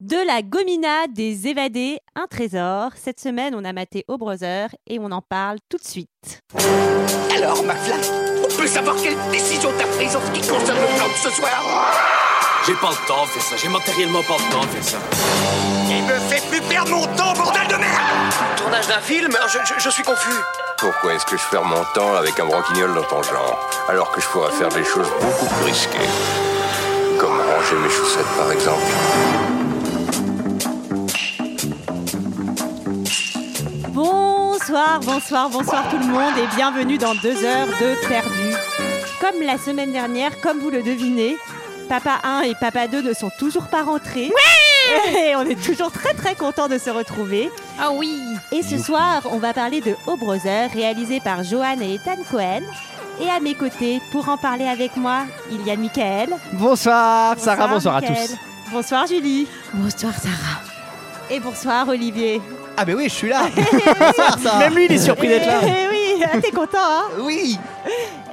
De la gomina des évadés, un trésor. Cette semaine, on a maté au brother et on en parle tout de suite. Alors, McFly, on peut savoir quelle décision t'as prise en ce qui concerne le plan de ce soir J'ai pas le temps de faire ça, j'ai matériellement pas le temps de faire ça. Il me fait plus perdre mon temps, bordel de merde Tournage d'un film je, je- je suis confus. Pourquoi est-ce que je perds mon temps avec un branquignol dans ton genre, alors que je pourrais faire des choses beaucoup plus risquées Comme ranger mes chaussettes, par exemple. Bonsoir, bonsoir, bonsoir tout le monde et bienvenue dans deux heures de perdu. Comme la semaine dernière, comme vous le devinez, Papa 1 et Papa 2 ne sont toujours pas rentrés. et on est toujours très très contents de se retrouver. Ah oui Et ce soir, on va parler de Au Brother, réalisé par Johan et Ethan Cohen. Et à mes côtés, pour en parler avec moi, il y a Michael. Bonsoir, Sarah, bonsoir à Mickaël. tous. Bonsoir Julie. Bonsoir Sarah. Et bonsoir Olivier. Ah ben oui, je suis là. bonsoir, Sarah. Même lui, il est surpris d'être là. Eh oui, ah, t'es content, hein Oui.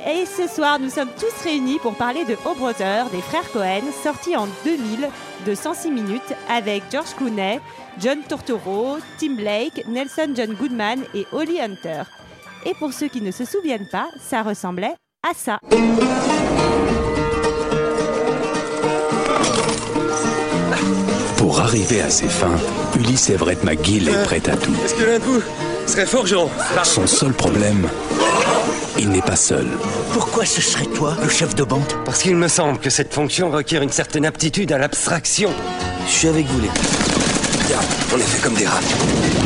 Et ce soir, nous sommes tous réunis pour parler de Oh Brother des frères Cohen, sorti en 2000 de 106 minutes avec George Clooney, John Tortoro, Tim Blake, Nelson John Goodman et Holly Hunter. Et pour ceux qui ne se souviennent pas, ça ressemblait à ça. Pour arriver à ses fins, Ulysse Everett McGill est prêt à tout. Est-ce que l'un de vous serait fort, Jean Son seul problème, il n'est pas seul. Pourquoi ce serait toi, le chef de bande Parce qu'il me semble que cette fonction requiert une certaine aptitude à l'abstraction. Je suis avec vous, les gars. On est fait comme des rats.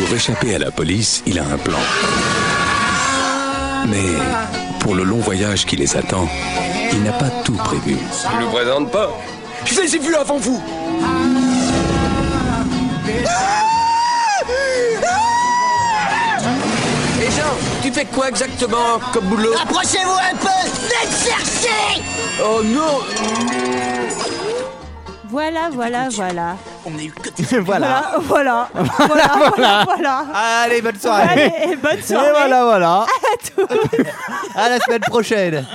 Pour échapper à la police, il a un plan. Mais pour le long voyage qui les attend, il n'a pas tout prévu. Je le présente pas. Je les ai vus avant vous Et Jean, tu fais quoi exactement comme boulot Approchez-vous un peu Venez me chercher Oh non Voilà, voilà, voilà. On a eu que des... voilà. voilà, voilà, voilà, voilà. Allez, bonne soirée. Allez, et bonne Ah, Et soirée. voilà, voilà. À la semaine prochaine.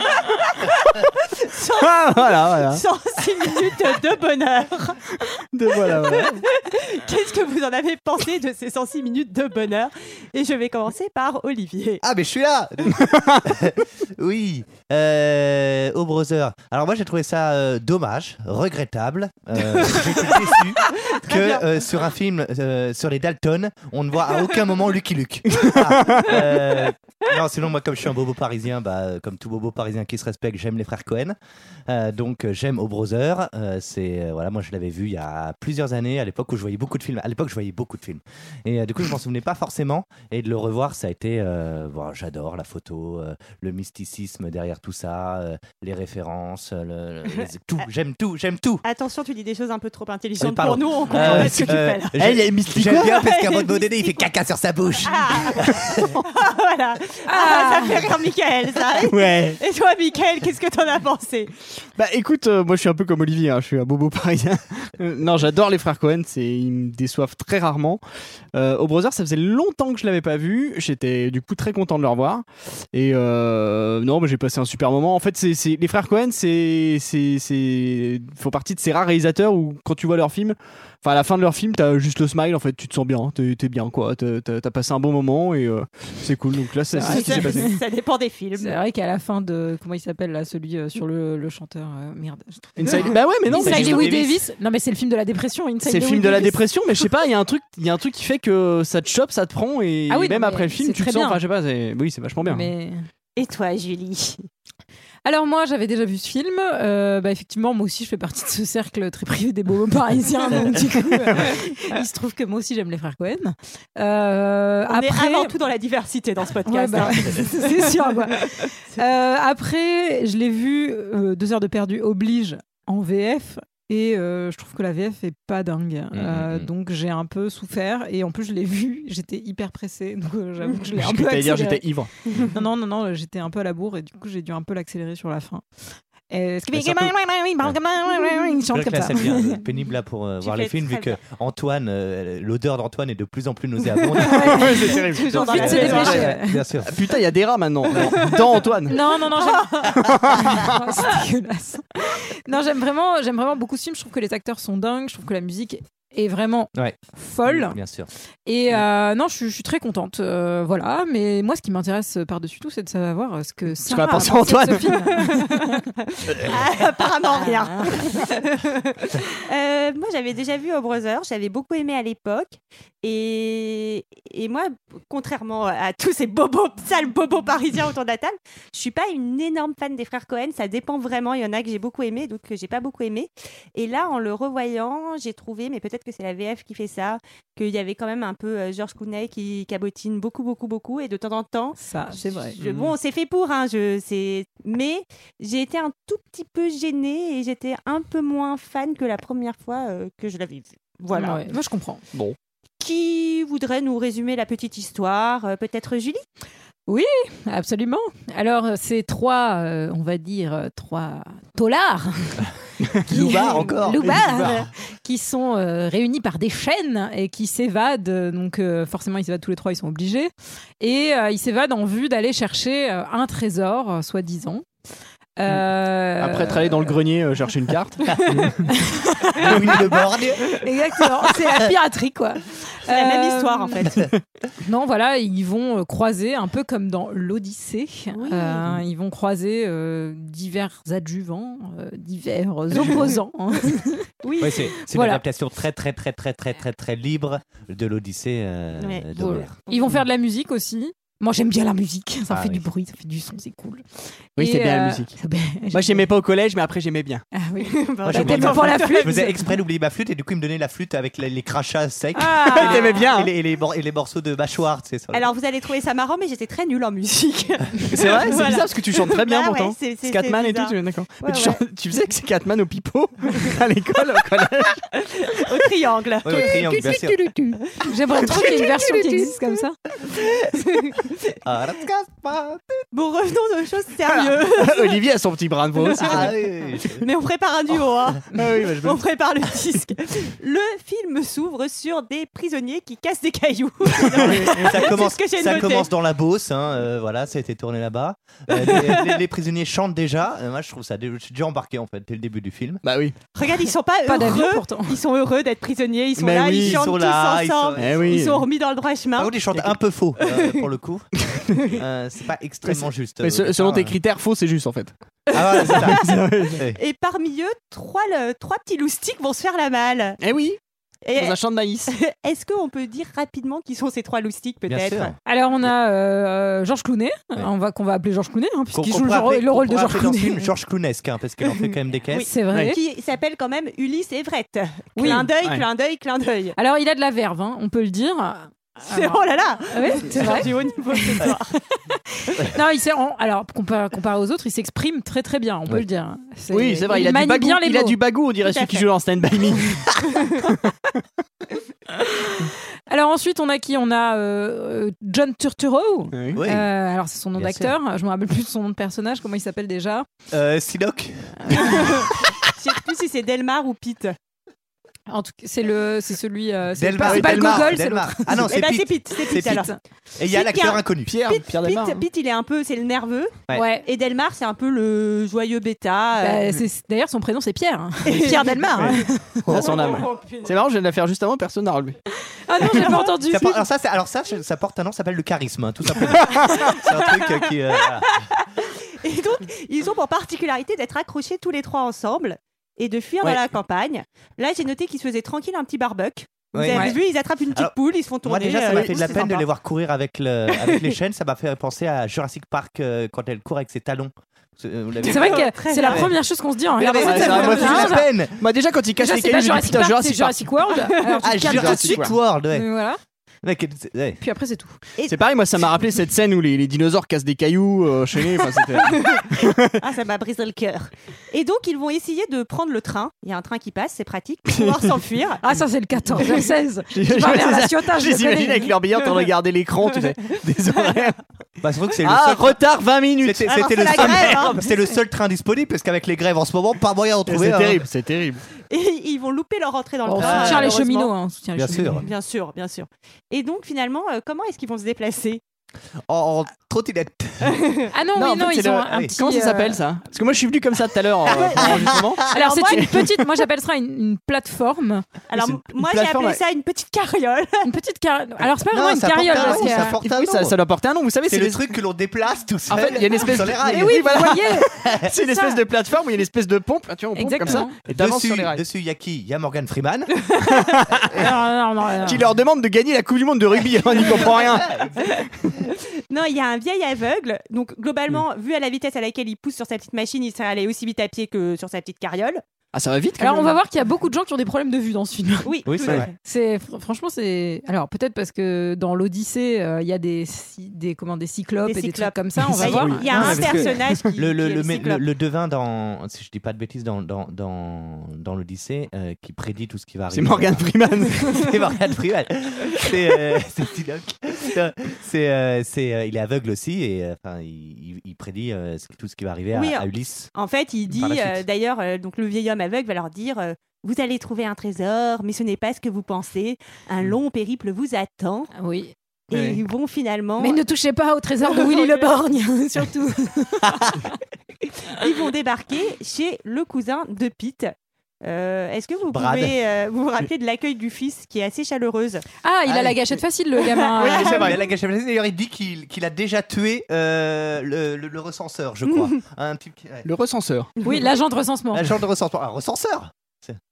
Ah, voilà, voilà. 106 minutes de bonheur. De voilà, voilà. Qu'est-ce que vous en avez pensé de ces 106 minutes de bonheur Et je vais commencer par Olivier. Ah, mais je suis là Oui, euh, au brother. Alors, moi, j'ai trouvé ça euh, dommage, regrettable. Euh, j'ai été déçu que bien. euh, sur un film euh, sur les Dalton, on ne voit à aucun moment Lucky Luke. Ah, euh, non, sinon, moi, comme je suis un bobo parisien, bah, euh, comme tout bobo parisien qui se respecte, j'aime les frères Cohen. Euh, donc, euh, j'aime au brother. Euh, c'est, euh, voilà, moi, je l'avais vu il y a plusieurs années, à l'époque où je voyais beaucoup de films. À l'époque, je voyais beaucoup de films. Et euh, du coup, je m'en souvenais pas forcément. Et de le revoir, ça a été. euh, bon, J'adore la photo, euh, le mysticisme derrière tout ça, euh, les références, euh, le- le- les- tout. J'aime tout, j'aime tout. Attention, tu dis des choses un peu trop intelligentes Oui, pardon. Ah, pour nous, on comprend Euh, pas ce que tu euh, fais là. j'ai- J'aime bien parce qu'à un moment Mystique, donné, il fait caca sur sa bouche. Ah, voilà. Ah, ça fait rire Michael, ça. Ouais. Et toi, Michael, qu'est-ce que t'en as pensé Bah écoute, euh, moi je suis un peu comme Olivier, hein, je suis un bobo parisien. Euh, non, j'adore les frères Cohen, c'est ils me déçoivent très rarement. Euh, au Brother, ça faisait longtemps que je l'avais pas vu, j'étais du coup très content de le revoir. Et euh, non, mais j'ai passé un super moment. En fait, c'est c'est- les frères Cohen, c'est c'est c'est font partie de ces rares réalisateurs où quand tu vois leur film, enfin à la fin de leur film, t'as juste le smile. En fait, tu te sens bien, hein, t'es t'es bien quoi, t'as t'as- t'as passé un bon moment et euh, c'est cool. Donc Ah, là, c'est c'est ce qui ça, s'est passé. ça dépend des films. C'est vrai qu'à la fin de. Comment il s'appelle là Celui euh, sur le, le chanteur. euh, merde. je trouve- Inside- Bah ouais, mais non, mais Inside Inside Louis Davis. Non mais c'est le film de la dépression. Inside C'est le Louis film de la Davis. dépression, mais je sais pas, il y a un truc, il y a un truc qui fait que ça te chope, ça te prend, et Ah oui, même non, mais après le film, c'est tu te très sens, bien. enfin, je sais pas, c'est- oui, c'est vachement bien. Mais... Et toi, Julie Alors moi j'avais déjà vu ce film. Euh, bah, effectivement moi aussi je fais partie de ce cercle très privé des bobos parisiens. donc du coup euh, il se trouve que moi aussi j'aime les frères Cohen. Euh, On après est avant tout dans la diversité dans ce Ouais, podcast. bah, hein. c'est sûr. quoi. Euh, après, je l'ai vu, euh, deux heures de perdu oblige en VF. Et euh, je trouve que la VF est pas dingue. Euh, mm. Donc j'ai un peu souffert. Et en plus, je l'ai vu, j'étais hyper pressée. Donc euh, j'avoue que je l'ai Je un peu cru que t'allais dire, accéléré. j'étais ivre. Non, non, non, non, j'étais un peu à la bourre. Et du coup, j'ai dû un peu l'accélérer sur la fin. Euh, Mais surtout- Il chante C'est vrai comme que là, ça. ça devient pénible là pour euh, Tu voir fais les films, très vu que bien. Antoine, euh, l'odeur d'Antoine est de plus en plus nauséabonde. Ouais, c'est terrible. Toujours dans Vite la se maison. dépêcher. Ouais, bien sûr. Ah, Putain, il y a des rats maintenant, dans- dans Antoine. Non, non, non, j'aime. Oh, c'est dégueulasse. Non, j'aime vraiment, j'aime vraiment beaucoup ce film. Je trouve que les acteurs sont dingues. Je trouve que la musique est vraiment Ouais. folle. Bien sûr. Et euh, non, je, suis- je suis très contente. euh, voilà, mais moi, ce qui m'intéresse euh, par-dessus tout, c'est de savoir euh, ce que ça vas va penser penser Antoine. de ce film. Apparemment Ah. rien. Euh, moi, j'avais déjà vu Au Brother, j'avais beaucoup aimé à l'époque. Et, et moi, contrairement à tous ces bobos, sales bobos parisiens autour de la table, je suis pas une énorme fan des frères Cohen. Ça dépend vraiment. Il y en a que j'ai beaucoup aimé, d'autres que j'ai pas beaucoup aimé. Et là, en le revoyant, j'ai trouvé, mais peut-être que c'est la VF qui fait ça, qu'il y avait quand même un peu euh, Georges Clooney qui cabotine beaucoup, beaucoup, beaucoup. Et de temps en temps, Ça, c'est vrai. Ah, Mm. je- bon, c'est fait pour, hein, je, c'est- mais j'ai été un tout petit peu gênée et j'étais un peu moins fan que la première fois euh, que je l'avais vu. Voilà. Ouais, moi, je comprends. Qui voudrait nous résumer la petite histoire Euh, Peut-être Julie Absolument. Alors, euh, c'est trois, euh, on va dire, euh, trois tolards. qui- Loubards encore. Loubards, Loubards. euh, Qui sont euh, réunis par des chaînes et qui s'évadent. Donc, euh, forcément, ils s'évadent tous les trois, ils sont obligés. Et euh, ils s'évadent en vue d'aller chercher euh, un trésor, euh, soi-disant. Euh, Après être allé dans le grenier euh, chercher une carte. Louis de Borgne. Exactement, c'est la piraterie quoi. C'est la même Euh, histoire en fait. Non, voilà, ils vont euh, croiser un peu comme dans l'Odyssée. Euh, ils vont croiser euh, divers adjuvants, euh, divers opposants. hein. Oui. Ouais, c'est c'est Voilà. une adaptation très très très très très très très libre de l'Odyssée euh, Ouais. d'Homère. Ils vont faire de la musique aussi. Moi, j'aime bien la musique. Ça Ah fait oui. du bruit, ça fait du son, c'est cool. Oui, Et, c'est bien la euh, musique. ben, Moi, j'aimais pas au collège, mais après, j'aimais bien. Ah oui. Bon, Moi, j'aime t'es bien. pas pour la flûte. Je faisais exprès d'oublier ma flûte et du coup, il me donnait la flûte avec les, les crachats secs. Ah. Et les- hein. et, les, et les mor- et les morceaux de mâchoire, c'est ça. Alors vous allez trouver ça marrant, mais j'étais très nulle en musique. C'est vrai, c'est Voilà. bizarre parce que tu chantes très bien Ah Bah ouais, pourtant. c'est- c'est- c'est Scatman et tout, bizarre. tu- d'accord. Mais Ouais, tu, ouais. chantes- tu faisais que c'est Scatman au pipeau à l'école, au collège. Au triangle. Ouais, ouais, triangle, bien sûr. J'aimerais trop qu'il y ait une version qui existe comme ça. Ah, là, Scatman. Bon, revenons aux choses sérieuses. Olivier a son petit brin de voix aussi. Ah, oui, oui. Mais on prépare un duo. Hein. Ah oui, bah, je me- On prépare le disque. Le film s'ouvre sur des prisonniers qui cassent des cailloux. ça commence, C'est ce que j'ai ça noté. commence dans la Beauce, hein, euh, voilà, ça a été tourné là-bas. Euh, les, les- les prisonniers chantent déjà. Euh, moi, je trouve ça, dé- je suis déjà embarqué en fait dès le début du film. Bah oui. Regarde, ils sont pas, Pas d'avion heureux. pourtant. Ils sont heureux d'être prisonniers. Ils sont Mais là, oui, ils ils chantent sont tous là, ils sont- Ah ensemble. Ils Eh sont... oui. remis dans le droit Par chemin. contre, ils chantent un peu faux euh, pour le coup. Euh, c'est pas extrêmement juste. Mais euh, se- au selon départ, tes critères, faux, c'est juste en fait. euh. Ah, voilà, c'est ça. Ouais. Et parmi eux, trois, le- trois petits loustiques vont se faire la malle. Eh oui, Et dans un champ de maïs. est-ce qu'on peut dire rapidement qui sont ces trois loustiques Bien sûr. peut-être Alors, on a euh, Georges Clooney. On va, qu'on va appeler Georges Clooney, hein, Qu'on- puisqu'il qu'on joue le, pourrait rôle- appeler- le rôle qu'on de pourrait Georges appeler dans ce Clooney. film Georges Cloonesque, hein, parce qu'il en fait quand même des caisses. C'est vrai. Qui s'appelle quand même Ulysse Everett. Oui. Clin d'œil, Ouais. clin d'œil, clin d'œil. Alors, il a de la verve, hein, on peut le dire. C'est- Oh là là Ah ouais, c'est vrai. du haut niveau ce soir. Non, il s'est- en- alors comparé, comparé aux autres, il s'exprime très très bien, on peut Ouais. le dire. C'est- Oui, c'est vrai, il, a manie du bagou. bien les Il a mots. du bagou, on dirait Tout à celui qui fait. joue dans Stand By Me. Alors ensuite, on a qui On a euh, euh, John Turturro. Oui. Euh, alors c'est son nom Bien d'acteur, je me rappelle plus de son nom de personnage, comment il s'appelle déjà Euh, Sidoc, Je sais plus si c'est Delmar ou Pete. En tout cas, c'est le, c'est celui, euh, c'est Delmar, pas, c'est oui, pas le Delmar, Gogol, c'est Delmar. l'autre. Ah non, Eh c'est ben, c'est Pete. Pete, c'est Pete Pete. alors. Et il y a c'est l'acteur Pierre. inconnu. Pierre, Pete, Pierre Desmar. Pete- Pete, il est un peu, c'est le nerveux. hein. Ouais. Ouais. Et Delmar, c'est un peu le joyeux bêta. Bah, euh, c'est- D'ailleurs, son prénom c'est Pierre. hein. Pierre Delmar. hein. à son âme. C'est marrant, je viens de la faire juste avant, personne n'a relevé. Ah non, j'ai pas entendu. Ça por- alors ça, c'est- alors ça, je- ça porte un nom, ça s'appelle le charisme, hein, tout simplement. c'est un truc euh, qui. euh, voilà. Et donc, ils ont pour particularité d'être accrochés tous les trois ensemble et de fuir Ouais. dans la campagne. Là, j'ai noté qu'ils se faisaient tranquille un petit barbuck. Vous Ouais. avez Ouais. vu, ils attrapent une petite Alors, poule, ils se font Moi tourner. déjà, ça euh, m'a fait de la c'est peine de sympa. les voir courir avec, le, avec les chaînes. Ça m'a fait penser à Jurassic Park euh, quand elle court avec ses talons. C'est euh, vous l'avez C'est vu vrai que Très c'est la bien. première chose qu'on se dit. hein. Regardez, Ah, mais c'est ça la m'a moi, fait c'est première la chose. la peine. Bah déjà quand il cache Déjà, les c'est pas cailloux, j'ai dit, Jurassic putain, Park, c'est Jurassic Park. Jurassic Mm. World. Alors, tu Ah, le captes tout de Jurassic suite. World, ouais. Mais voilà. Mec, c'est- ouais. Puis après, c'est tout. C'est pareil, moi ça m'a rappelé cette scène où les, les dinosaures cassent des cailloux euh, enchaînés. Enfin, c'était- Ah, ça m'a brisé le cœur. Et donc, ils vont essayer de prendre le train. Il y a un train qui passe, c'est pratique, pour pouvoir s'enfuir. Ah, ça, c'est le 14, le 16. Je- Tu je- parles à la je- Ciotat, je je le les imagine connais. avec leur billard en train de regarder l'écran, tu sais, des horaires. Bah, surtout que c'est le Ah, seul- retard 20 minutes C'était Alors, c'était le, c'est la seul- grève, hein. c'était le seul train disponible parce qu'avec les grèves en ce moment, pas moyen d'en C'est trouver. un. terrible, c'est terrible. Et ils vont louper leur entrée dans le On train. soutient les malheureusement. cheminots. hein, on soutient les Bien cheminots. sûr. Bien sûr, bien sûr. Et donc finalement, euh, comment est-ce qu'ils vont se déplacer En trottinette. Ah non, Non, en oui, non, fait, c'est ils ont le- un oui. petit. Comment ça euh, s'appelle ça Parce que moi je suis venu comme ça tout à l'heure en en enregistrement. Alors, moi- c'est une petite, moi j'appelle ça une, une plateforme. Alors, c'est une- une moi, j'ai plateforme appelé à- ça une petite carriole. Une petite car... Alors, c'est pas vraiment Non, une ça porte carriole. un parce nom, que- ça porte un Oui, ça, nom. ça doit porter un nom. Vous savez, C'est c'est le les- truc que l'on déplace tout seul. En fait, il y a une espèce sur de- les rails. Mais oui, vous voyez, c'est une espèce de plateforme où il y a une espèce de pompe. Ah, tu vois, on pompe comme ça Eh, exactement. et t'avances Dessus, sur les rails. dessus, il y a qui Il y a Morgan Freeman. Non, non, non, non. Qui leur demande de gagner la Coupe du Monde de rugby. On n'y comprend rien. Non, il y a un vieil aveugle. Donc, Mm. globalement, vu à la vitesse à laquelle il pousse sur sa petite machine, il serait allé aussi vite à pied que sur sa petite carriole. Ah, ça va vite. quand Alors, on même. va voir qu'il y a beaucoup de gens qui ont des problèmes de vue dans ce film. Oui, Oui, tout c'est à vrai. fait. C'est fr- franchement c'est alors peut-être parce que dans l'Odyssée euh, il y a des ci- des comment des cyclopes Des et des cyclopes. trucs comme ça on Ça va y est, voir Il y a Non, un mais parce que personnage qui. Le, le, qui est le, mais- cyclope. le- le devin dans, si je dis pas de bêtises, dans, dans, dans, dans l'Odyssée, euh, qui prédit tout ce qui va C'est arriver. Morgan Freeman. c'est Morgan Freeman. C'est euh, c'est Tinoc. C'est, euh, c'est, euh, il est aveugle aussi et euh, enfin, il, il- il prédit euh, ce- tout ce qui va arriver à, Oui, à Ulysse. En fait, il dit, Par la suite. euh, d'ailleurs, euh, donc le vieil homme aveugle va leur dire euh, Vous allez trouver un trésor, mais ce n'est pas ce que vous pensez. Mm. Un long périple vous attend. Ah oui Et Ouais. ils vont finalement. mais ne touchez pas au trésor de Willy le Borgne surtout Ils vont débarquer chez le cousin de Pete. Euh, Est-ce que vous Brad. pouvez euh, vous, vous rappeler de l'accueil du fils qui est assez chaleureuse ah il Ah, a la oui. gâchette facile le gamin Ah, Euh, c'est vrai. Il y a la gâchette facile. D'ailleurs, il dit qu'il qu'il a déjà tué euh, le, le- le recenseur, je crois. un type qui- ouais. Le recenseur. oui l'agent de recensement Un genre de recenseur. Un recenseur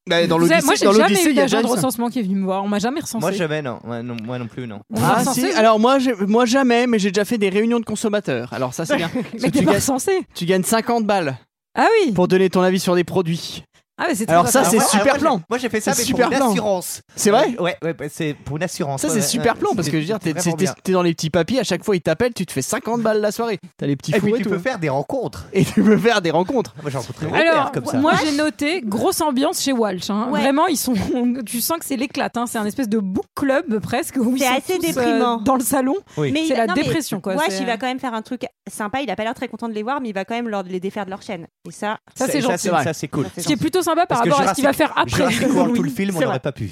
Bah, dans Vous savez, moi l'Odyssée, j'ai dans jamais l'Odyssée, eu il y a d'agent de Jason. recensement qui est venu me voir on m'a jamais recensé Moi, jamais, non. Ouais, non. Moi non plus, non. On m'a Ah recensé, si, alors moi, j'ai- moi jamais, mais j'ai déjà fait des réunions de consommateurs. Alors ça c'est bien. Parce que mais t'es tu, pas gagnes, recensé tu gagnes 50 balles ah oui pour donner ton avis sur des produits. ah mais c'est Alors très ça, sympa. c'est Ah, ouais, super moi, j'ai- plan. Moi, j'ai fait ça, C'est mais super pour une plan. assurance. C'est vrai Ouais, ouais, bah, c'est pour une assurance. Ça Ouais, c'est ouais, super ouais. plan parce que je veux dire, t'es Vraiment t'es- bien. t'es dans les petits papiers, à chaque fois ils t'appellent, tu te fais 50 balles la soirée. T'as les petits Et fours puis et tu tout. peux faire des rencontres. Et tu peux faire des rencontres. Moi j'ai rencontré mon père alors, comme ça. moi j'ai noté grosse ambiance chez Walsh. hein. Ouais. Vraiment, ils sont. Tu sens que c'est l'éclate. hein. C'est un espèce de book club presque. où ils C'est sont assez tous, euh, déprimant. dans le salon. Oui. Mais C'est il- la non, mais dépression, quoi, Wesh, c'est- il va quand même faire un truc sympa. Il a pas l'air très content de les voir, mais il va quand même leur, les défaire de leur chaîne. Et ça, Ça, c'est gentil. vrai. Ça c'est cool. Ça, c'est Ce qui est plutôt sympa par Parce que rapport à ce qu'il va Jurassic- faire après. Jurassic World, Oui, tout le film, on c'est n'aurait pas pu.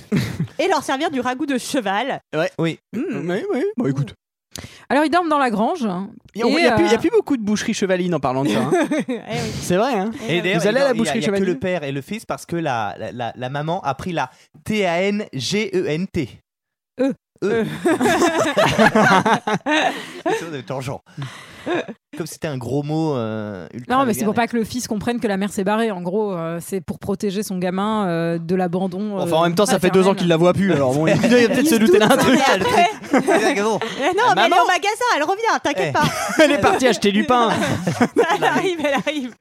et leur servir du ragoût de cheval. Oui. Oui, oui, bon écoute. Alors, ils dorment dans la grange. hein. Il n'y Et, a, plus- y a euh, plus beaucoup de boucheries chevalines en parlant de ça. hein. Eh oui. c'est vrai, hein Et d'ailleurs, Vous allez à il y la a- boucherie il y a que Chevalier le père et le fils parce que la, la, la, la maman a pris la T A N G E N T. E. E. Question de tangent. Comme c'était un gros mot euh, ultra. Non, mais c'est pour vulgaire. pas que le fils comprenne que la mère s'est barrée. En gros, euh, c'est pour protéger son gamin euh, de l'abandon. euh, Enfin, en même temps, ça fait deux ans qu'il paternel. la voit plus. Alors bon, il il doit peut-être se Ils douter d'un doutent, truc. mais après- C'est bon. Eh non, mais elle est maman. au magasin, elle revient, t'inquiète Eh. Bah pas. Elle est partie acheter du pain. elle arrive, elle arrive.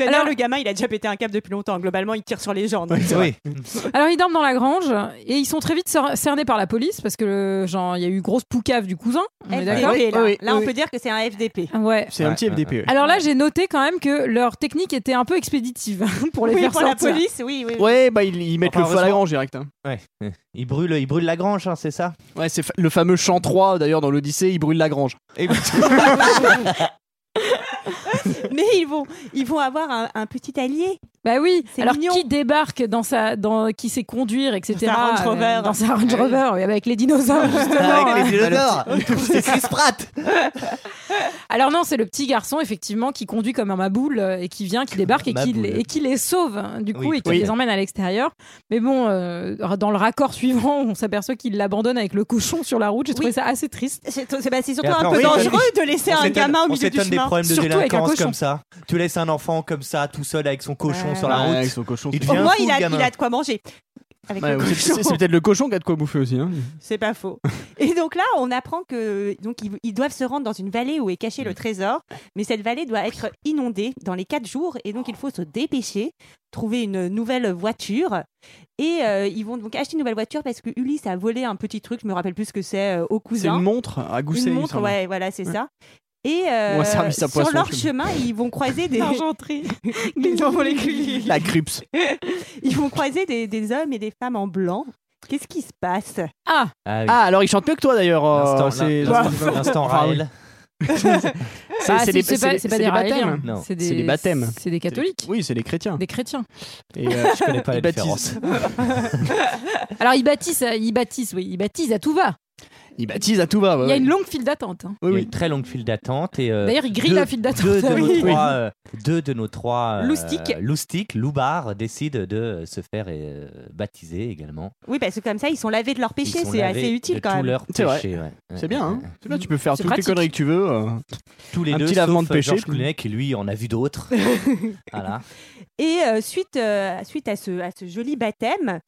Alors, Alors- le gamin, il a déjà pété un câble depuis longtemps. Globalement, il tire sur les gens. donc. Oui. Alors, ils dorment dans la grange et ils sont très vite cer- cernés par la police parce que, le- genre, il y a eu grosse poucave du cousin. On est FDP, d'accord Oui, là, oui, Là, on oui. peut dire que c'est un FDP. Ouais. C'est un Ouais, petit ouais, FDP. ouais. Alors là, j'ai noté quand même que leur technique était un peu expéditive pour les oui, faire pour la sortir. police, oui, oui. oui. Ouais, bah ils, ils mettent Enfin, le feu à la heureusement. grange direct. hein. Ouais. Il brûle, il brûle la grange, hein, c'est ça Ouais, c'est fa- le fameux chant 3 d'ailleurs dans l'Odyssée, il brûle la grange. Mais ils vont, ils vont avoir un, un petit allié. Bah oui. C'est Alors mignon. qui débarque dans sa, dans qui sait conduire, Dans etc. sa Range euh, Rover. Ah, dans sa Range Rover, oui, avec les dinosaures justement. Avec les dinosaures. C'est Chris Pratt. Alors non, c'est le petit garçon effectivement qui conduit comme un maboule euh, et qui vient, qui débarque et qui, Maboule. les- et qui les sauve hein, du coup Oui, et qui oui. les emmène à l'extérieur. Mais bon, euh, dans le raccord suivant, on s'aperçoit qu'il l'abandonne avec le cochon sur la route. J'ai trouvé Oui. ça assez triste. C'est c'est- bah, c'est surtout Et après, un peu on s'étonne- dangereux de laisser On un s'étonne- gamin au On milieu du s'étonne des chemin. problèmes de Surtout avec un délinquance cochon. comme ça. Tu laisses un enfant comme ça, tout seul avec son cochon Ouais. sur la route. Ouais, ils sont cochons. Il Ouais, devient Au moins, fou, il a, le gamin. il a de quoi manger. Avec le ouais, cochon. c'est c'est peut-être le cochon qui a de quoi bouffer aussi. hein. C'est pas faux. Et donc là, on apprend que donc ils, ils doivent se rendre dans une vallée où est caché le trésor, mais cette vallée doit être inondée dans les quatre jours, et donc il faut se dépêcher, trouver une nouvelle voiture, et euh, ils vont donc acheter une nouvelle voiture parce que Ulysse a volé un petit truc, je me rappelle plus ce que c'est euh, au C'est une cousin, montre à gousset. il me montre, semble. ouais, voilà, c'est ça. Et euh, Ou un service à sur poisson, leur je sais chemin, ils vont croiser des Argenterie. ils vont voler que- La Crips. ils vont croiser des, des hommes et des femmes en blanc. Qu'est-ce qui se passe Ah, Ah oui. Ah, alors il chante mieux que toi d'ailleurs. euh, L'instant- c'est- l'in- c'est- L'instant Enfin, Raël. c'est- Ah, c'est si, des- c'est c'est pas, des- c'est pas c'est des des baptêmes. raéliens. Non, c'est des baptêmes. C'est des catholiques, Oui, c'est les chrétiens. des chrétiens. Et, euh, Je connais pas la Ils baptisent. différence. euh, Alors ils bâtissent, ils bâtissent, oui, ils bâtissent à tout va. Ils baptisent à tout va. ouais, Il y a ouais. une longue file d'attente. hein. Il Oui, y a oui. une très longue file d'attente. et, euh, D'ailleurs, il grille deux- la file d'attente. Deux, de Ah nos oui. trois, euh, deux de nos trois. euh, Loustiques. Loustiques, Loubar, décident de se faire euh, baptiser également. Oui, parce que comme ça, ils sont lavés de leur Ils péché. sont C'est lavés assez utile de quand tout même. leur C'est vrai. péché, ouais. C'est Ouais, bien, ouais, hein. ouais. C'est bien, tu peux faire C'est toutes pratique. les conneries que tu veux. euh. Tous les Un deux, petit lavement sauf, euh, de péché, Georges puis- Clooney, qui lui en a vu d'autres. voilà. Et euh, suite, euh, suite à, ce, à ce joli baptême,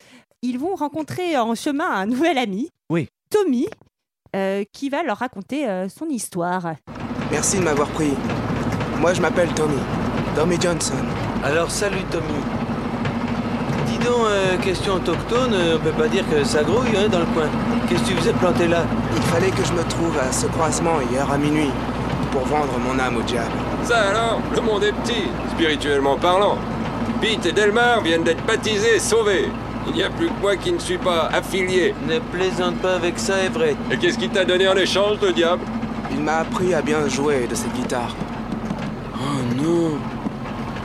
ils vont rencontrer en chemin un nouvel ami, Oui. Tommy, euh, qui va leur raconter euh, son histoire. Merci de m'avoir pris. Moi, je m'appelle Tommy. Tommy Johnson. Alors salut Tommy. Dis donc, euh, question autochtone, euh, on peut pas dire que ça grouille hein, dans le coin. Qu'est-ce que tu faisais planter là Il fallait que je me trouve à ce croisement hier à minuit pour vendre mon âme au diable. Ça alors, le monde est petit, spirituellement parlant. Pete et Delmar viennent d'être baptisés et sauvés. Il n'y a plus que moi qui ne suis pas affilié. Ne plaisante pas avec ça, Everett. Et qu'est-ce qui t'a donné en échange, le diable Il m'a appris à bien jouer de cette guitare. Oh non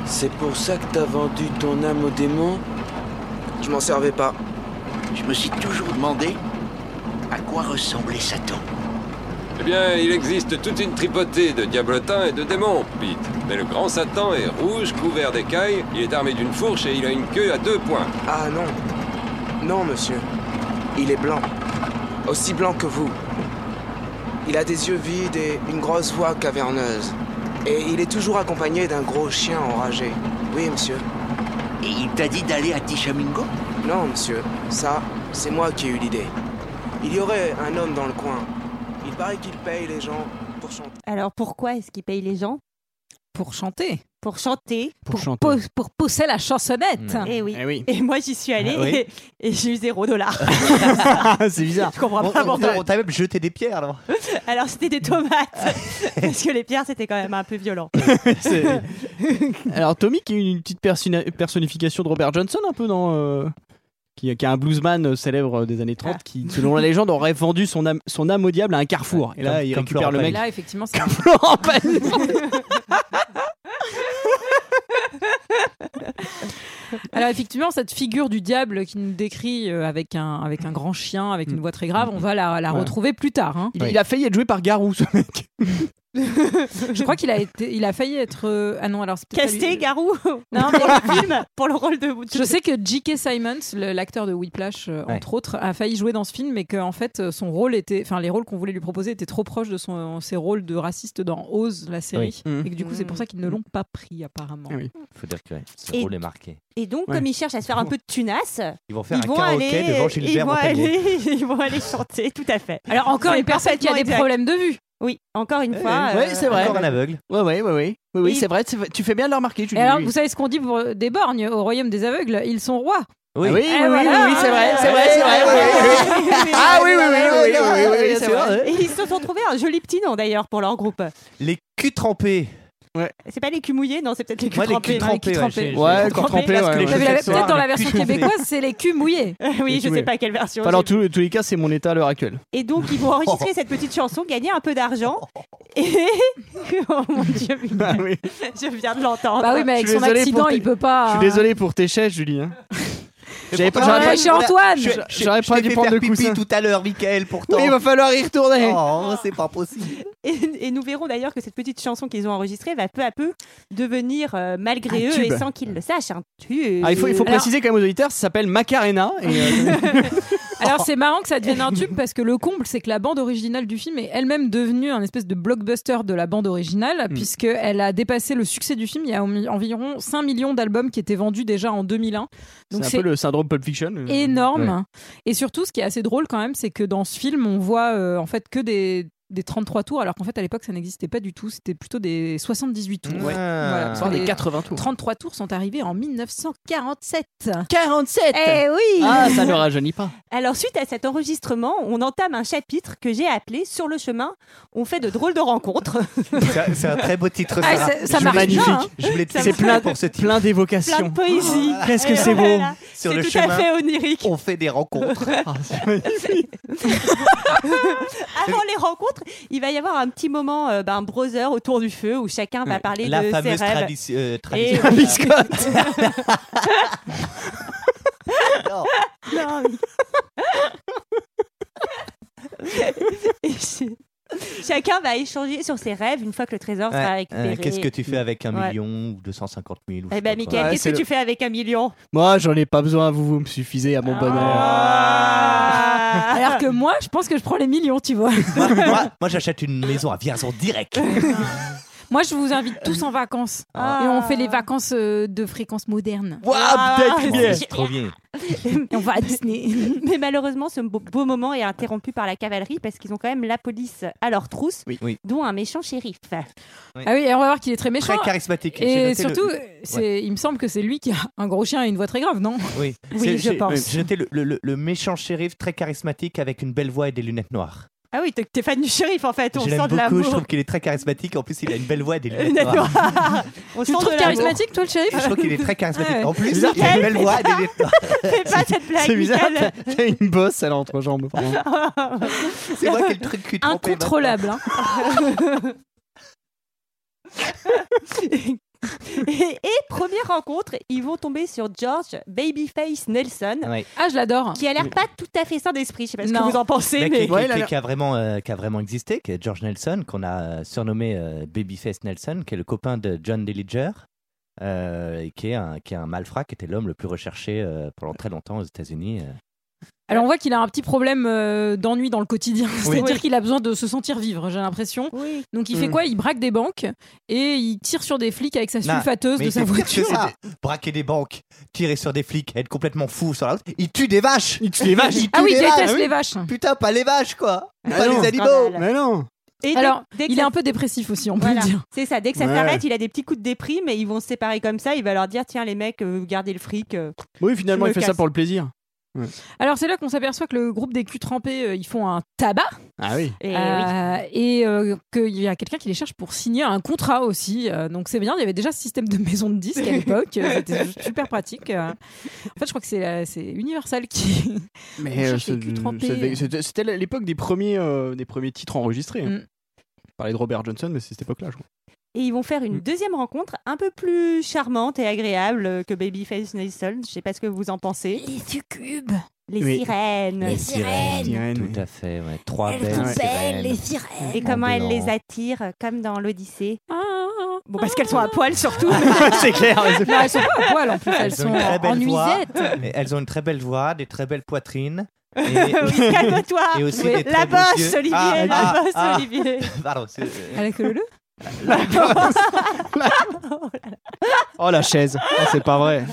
C'est pour ça que t'as vendu ton âme au démon Je m'en servais pas. Je me suis toujours demandé à quoi ressemblait Satan. Eh bien, il existe toute une tripotée de diablotins et de démons, Pete. Mais le grand Satan est rouge, couvert d'écailles, il est armé d'une fourche et il a une queue à deux points. Ah non. Non, monsieur. Il est blanc. Aussi blanc que vous. Il a des yeux vides et une grosse voix caverneuse. Et il est toujours accompagné d'un gros chien enragé. Oui, monsieur. Et il t'a dit d'aller à Tishamingo Non, monsieur. Ça, c'est moi qui ai eu l'idée. Il y aurait un homme dans le coin. Il paraît qu'il paye les gens pour chanter. Alors pourquoi est-ce qu'ils payent les gens Pour chanter. Pour chanter. Pour chanter. po- pour pousser la chansonnette. Mm. Eh oui. Eh oui. Et moi, j'y suis allée Ah oui. et, et j'ai eu zéro dollar. Ah, c'est bizarre. Je comprends On, pas on- pourquoi. on t'a même jeté des pierres, alors. Alors, c'était des tomates. parce que les pierres, c'était quand même un peu violent. C'est- Alors Tommy qui est une petite personna- personnification de Robert Johnson un peu dans euh, qui, qui est un bluesman euh, célèbre des années 30 qui selon la légende aurait vendu son âme, son âme au diable à un carrefour et là Comme- il comme récupère le Et mec là, effectivement, c'est Florent Pagny. Alors effectivement, cette figure du diable qui nous décrit euh, avec un, avec un grand chien, avec une voix très grave, on va la, la Ouais. retrouver plus tard. hein. il, il a failli être joué par Garou ce mec Je crois qu'il a, été- il a failli être... euh, Ah non, alors c'est peut-être pas lui. Casté, Garou, Non, pour le film, pour le rôle de Je sais que J.K. Simons, le- l'acteur de Whiplash, euh, Ouais. entre autres, a failli jouer dans ce film, mais que en fait, euh, son rôle était, enfin, les rôles qu'on voulait lui proposer étaient trop proches de son, ses rôles de raciste dans Oz, la série, Oui. et que du coup, c'est pour ça qu'ils ne l'ont pas pris apparemment. Mmh. Ah oui. Faut dire que ouais, ce Et- rôle est marqué. Et donc, Ouais. comme ils cherchent à se faire un peu de tunasse, Ils vont faire ils un vont, karaoké aller, devant ils, Gilbert vont Montagnier. aller, ils vont aller chanter, tout à fait. Alors encore C'est une personne qui a des parfaitement exact. problèmes de vue. Oui, encore une Eh, fois. euh, ouais, c'est vrai. Encore un aveugle. ouais ouais ouais ouais oui oui Il- c'est vrai c'est vrai. tu fais bien de le remarquer Julie. Et alors, Oui. vous savez ce qu'on dit pour euh, des borgnes au royaume des aveugles Ils sont rois. Ah oui oui eh, oui, voilà. oui, c'est vrai c'est vrai c'est vrai oui, oui. ah oui oui oui oui oui, oui, oui, c'est vrai Et ils se sont trouvés un joli petit nom d'ailleurs pour leur groupe. Les culs trempés. C'est pas les culs mouillés, non, c'est peut-être les culs Moi, les trempés. culs trempés, trempés. ouais, j'ai- j'ai- Ouais, j'ai- corps trempé, trempé, parce que ouais, les ouais. cheveux- Vous l'avez- soir, Peut-être dans le la version cul trempé. québécoise, c'est les culs mouillés. oui, je culs sais mouillés. pas quelle version. Enfin, dans j'ai- tous tous les cas c'est mon état à l'heure actuelle Et donc, ils vont enregistrer cette petite chanson, gagner un peu d'argent. Et. Oh mon dieu, Ah oui. je viens de l'entendre. Bah oui, mais avec Je suis son désolé accident, pour tes- il peut pas. hein. je suis désolé pour tes chaises Julie hein. J'avais pas- J'aurais Ouais, pas chez voilà. Antoine. Je- J'aurais je- pas je t'ai dû fait prendre faire de pipi coussin. tout à l'heure, Michael, pourtant. Oui, il va falloir y retourner Oh, c'est pas possible. Et, et nous verrons d'ailleurs que cette petite chanson qu'ils ont enregistrée va peu à peu devenir, euh, malgré Un eux tube. et sans qu'ils le sachent, un tube. Ah, il faut, il faut Alors- préciser quand même aux auditeurs, ça s'appelle Macarena. Et, euh, Alors c'est marrant que ça devienne un tube parce que le comble c'est que la bande originale du film est elle-même devenue un espèce de blockbuster de la bande originale Hmm. puisque elle a dépassé le succès du film. Il y a envi- environ 5 millions d'albums qui étaient vendus déjà en 2001. Donc c'est un peu le syndrome Pulp Fiction. euh. énorme. Et surtout, ce qui est assez drôle quand même, c'est que dans ce film, on voit euh, en fait que des, des 33 tours, alors qu'en fait à l'époque ça n'existait pas du tout. C'était plutôt des 78 Hmm. tours. Voilà, parce que Voire les des 80 tours. 33 tours sont arrivés en 1947. 47 Eh oui Ah, ça ne rajeunit pas. Alors, suite à cet enregistrement, on entame un chapitre que j'ai appelé Sur le chemin, on fait de drôles de rencontres. C'est un- C'est un très beau titre. Ah, Sarah. ça- ça Je marche voulais- bien, hein. Je voulais te Ça féliciter marche. pour ce titre. Plein Plein de d'évocations. poésie. Ah, Qu'est-ce que Et c'est beau. voilà. Sur C'est le tout à chemin, fait onirique. on fait des rencontres. Ah, c'est magnifique. Oh, Avant les rencontres, il va y avoir un petit moment, euh, ben, brother autour du feu où chacun va parler La de ses fameuse rêves. tradition. euh, Et tradition. voilà. Non. Non, mais- Et ch- Chacun va échanger sur ses rêves une fois que le trésor sera Ouais. récupéré. Euh, Qu'est-ce que tu fais avec un Ouais. million ou 250 000 ou je Eh sais ben, pas. Michael, qu'est-ce que tu fais avec un million Moi, j'en ai pas besoin, vous, vous me suffisez à mon Ah. bonheur. Ah. Alors que moi, je pense que je prends les millions, tu vois. Moi, moi, j'achète une maison à Vierzon direct. Moi, je vous invite tous en vacances. Ah. Et on fait les vacances euh, de fréquence moderne. Ah, Oh, peut-être bien. c'est trop bien. Et on va à Disney. Mais malheureusement, ce beau, beau moment est interrompu par la cavalerie parce qu'ils ont quand même la police à leur trousse, Oui. dont un méchant shérif. Ah oui, et on va voir qu'il est très méchant. Très charismatique. J'ai Et noté le- surtout, c'est- il me semble que c'est lui qui a un gros chien et une voix très grave, non Oui, Oui, C'est- je j'ai- pense. J'ai noté le, le- le- le méchant shérif très charismatique avec une belle voix et des lunettes noires. Ah oui, t'es- t'es fan du shérif en fait, on je sent l'aime de beaucoup, je l'amour. trouve qu'il est très charismatique. En plus, il a une belle voix et des lunettes Lunettes noires. noires. On Euh, Tu le sent trouves de charismatique, toi, le shérif Je trouve qu'il est très charismatique. Ouais. En plus, il Bizarre, a une belle voix et des lunettes noires. l'amour. Fais pas cette blague, C'est bizarre, Michael. t'as- t'as une bosse à l'entrejambe. Ah, pardon. C'est moi qui ai le truc cul trompé, Incontrôlable. hein. et, et première rencontre, ils vont tomber sur George Babyface Nelson, maintenant. Ouais. Ah, je l'adore. qui a l'air pas tout à fait sain d'esprit. Je sais pas ce Non. que vous en pensez, Mec mais. Bah, qui, Ouais, qui- là, là. qui a vraiment, euh, qui a vraiment existé, qui est George Nelson, qu'on a euh, surnommé euh, Babyface Nelson, qui est le copain de John Dillinger, euh, et qui est, un, qui est un malfrat, qui était l'homme le plus recherché euh, pendant très longtemps aux États-Unis. euh. Alors, on voit qu'il a un petit problème euh, d'ennui dans le quotidien. C'est-à-dire Oui. qu'il a besoin de se sentir vivre, j'ai l'impression. Oui. Donc, il fait Hmm. Mm. quoi Il braque des banques et il tire sur des flics avec sa Non, sulfateuse Mais de il sa fait pire que voiture. ça. braquer des banques, tirer sur des flics, être complètement fou sur la route. Il tue des vaches Il tue les vaches. Il tue Ah oui, il des déteste vaches. les vaches. Putain, pas les vaches, quoi Pas Ah non. les animaux Mais non Ah Et dès- Alors, dès que il est ça- un peu dépressif aussi, on peut Voilà. le dire. C'est ça, dès que ça Ouais. s'arrête, il a des petits coups de déprime et ils vont se séparer comme ça. Il va leur dire Tiens, les mecs, euh, vous gardez le fric. euh. Oui, finalement, Je il me fait ça casse. pour le plaisir. Alors, c'est là qu'on s'aperçoit que le groupe des culs trempés, euh, ils font un tabac. Ah oui. Et oui. Euh, et euh, qu'il y a quelqu'un qui les cherche pour signer un contrat aussi. Euh, donc c'est bien, il y avait déjà ce système de maison de disques à l'époque. Euh, C'était juste super pratique. Euh, en fait, je crois que c'est euh, c'est Universal qui. On Mais euh, cherche les culs c'est- trempés. c'était- c'était c'était l'époque des premiers, euh, des premiers titres enregistrés. Mm. On parlait de Robert Johnson, mais c'est cette époque-là, je crois. Et ils vont faire Mm. une deuxième rencontre un peu plus charmante et agréable euh, que Babyface Nelson. Je sais pas ce que vous en pensez. Les succubes Les Oui. sirènes. Les sirènes. Sirènes, Tout oui. à fait, ouais. Trois belles, sont sirènes. sirènes Et comment elles blanc. les attirent, comme dans l'Odyssée. ah, Bon, parce qu'elles sont à poil surtout. c'est clair. mais c'est- Non, Ah, elles sont pas à poil en plus, elles, Elles ont sont une très en belle voix. nuisette. Et Elles ont une très belle voix, des très belles poitrines. Et, bah, Oui, Calme-toi. et aussi Oui. des très La beaux bosse, yeux. Olivier. Ah, la ah, bosse, ah. Olivier. Pardon, c'est- euh, À la queue leu Oh, la chaise. Ah, c'est pas vrai.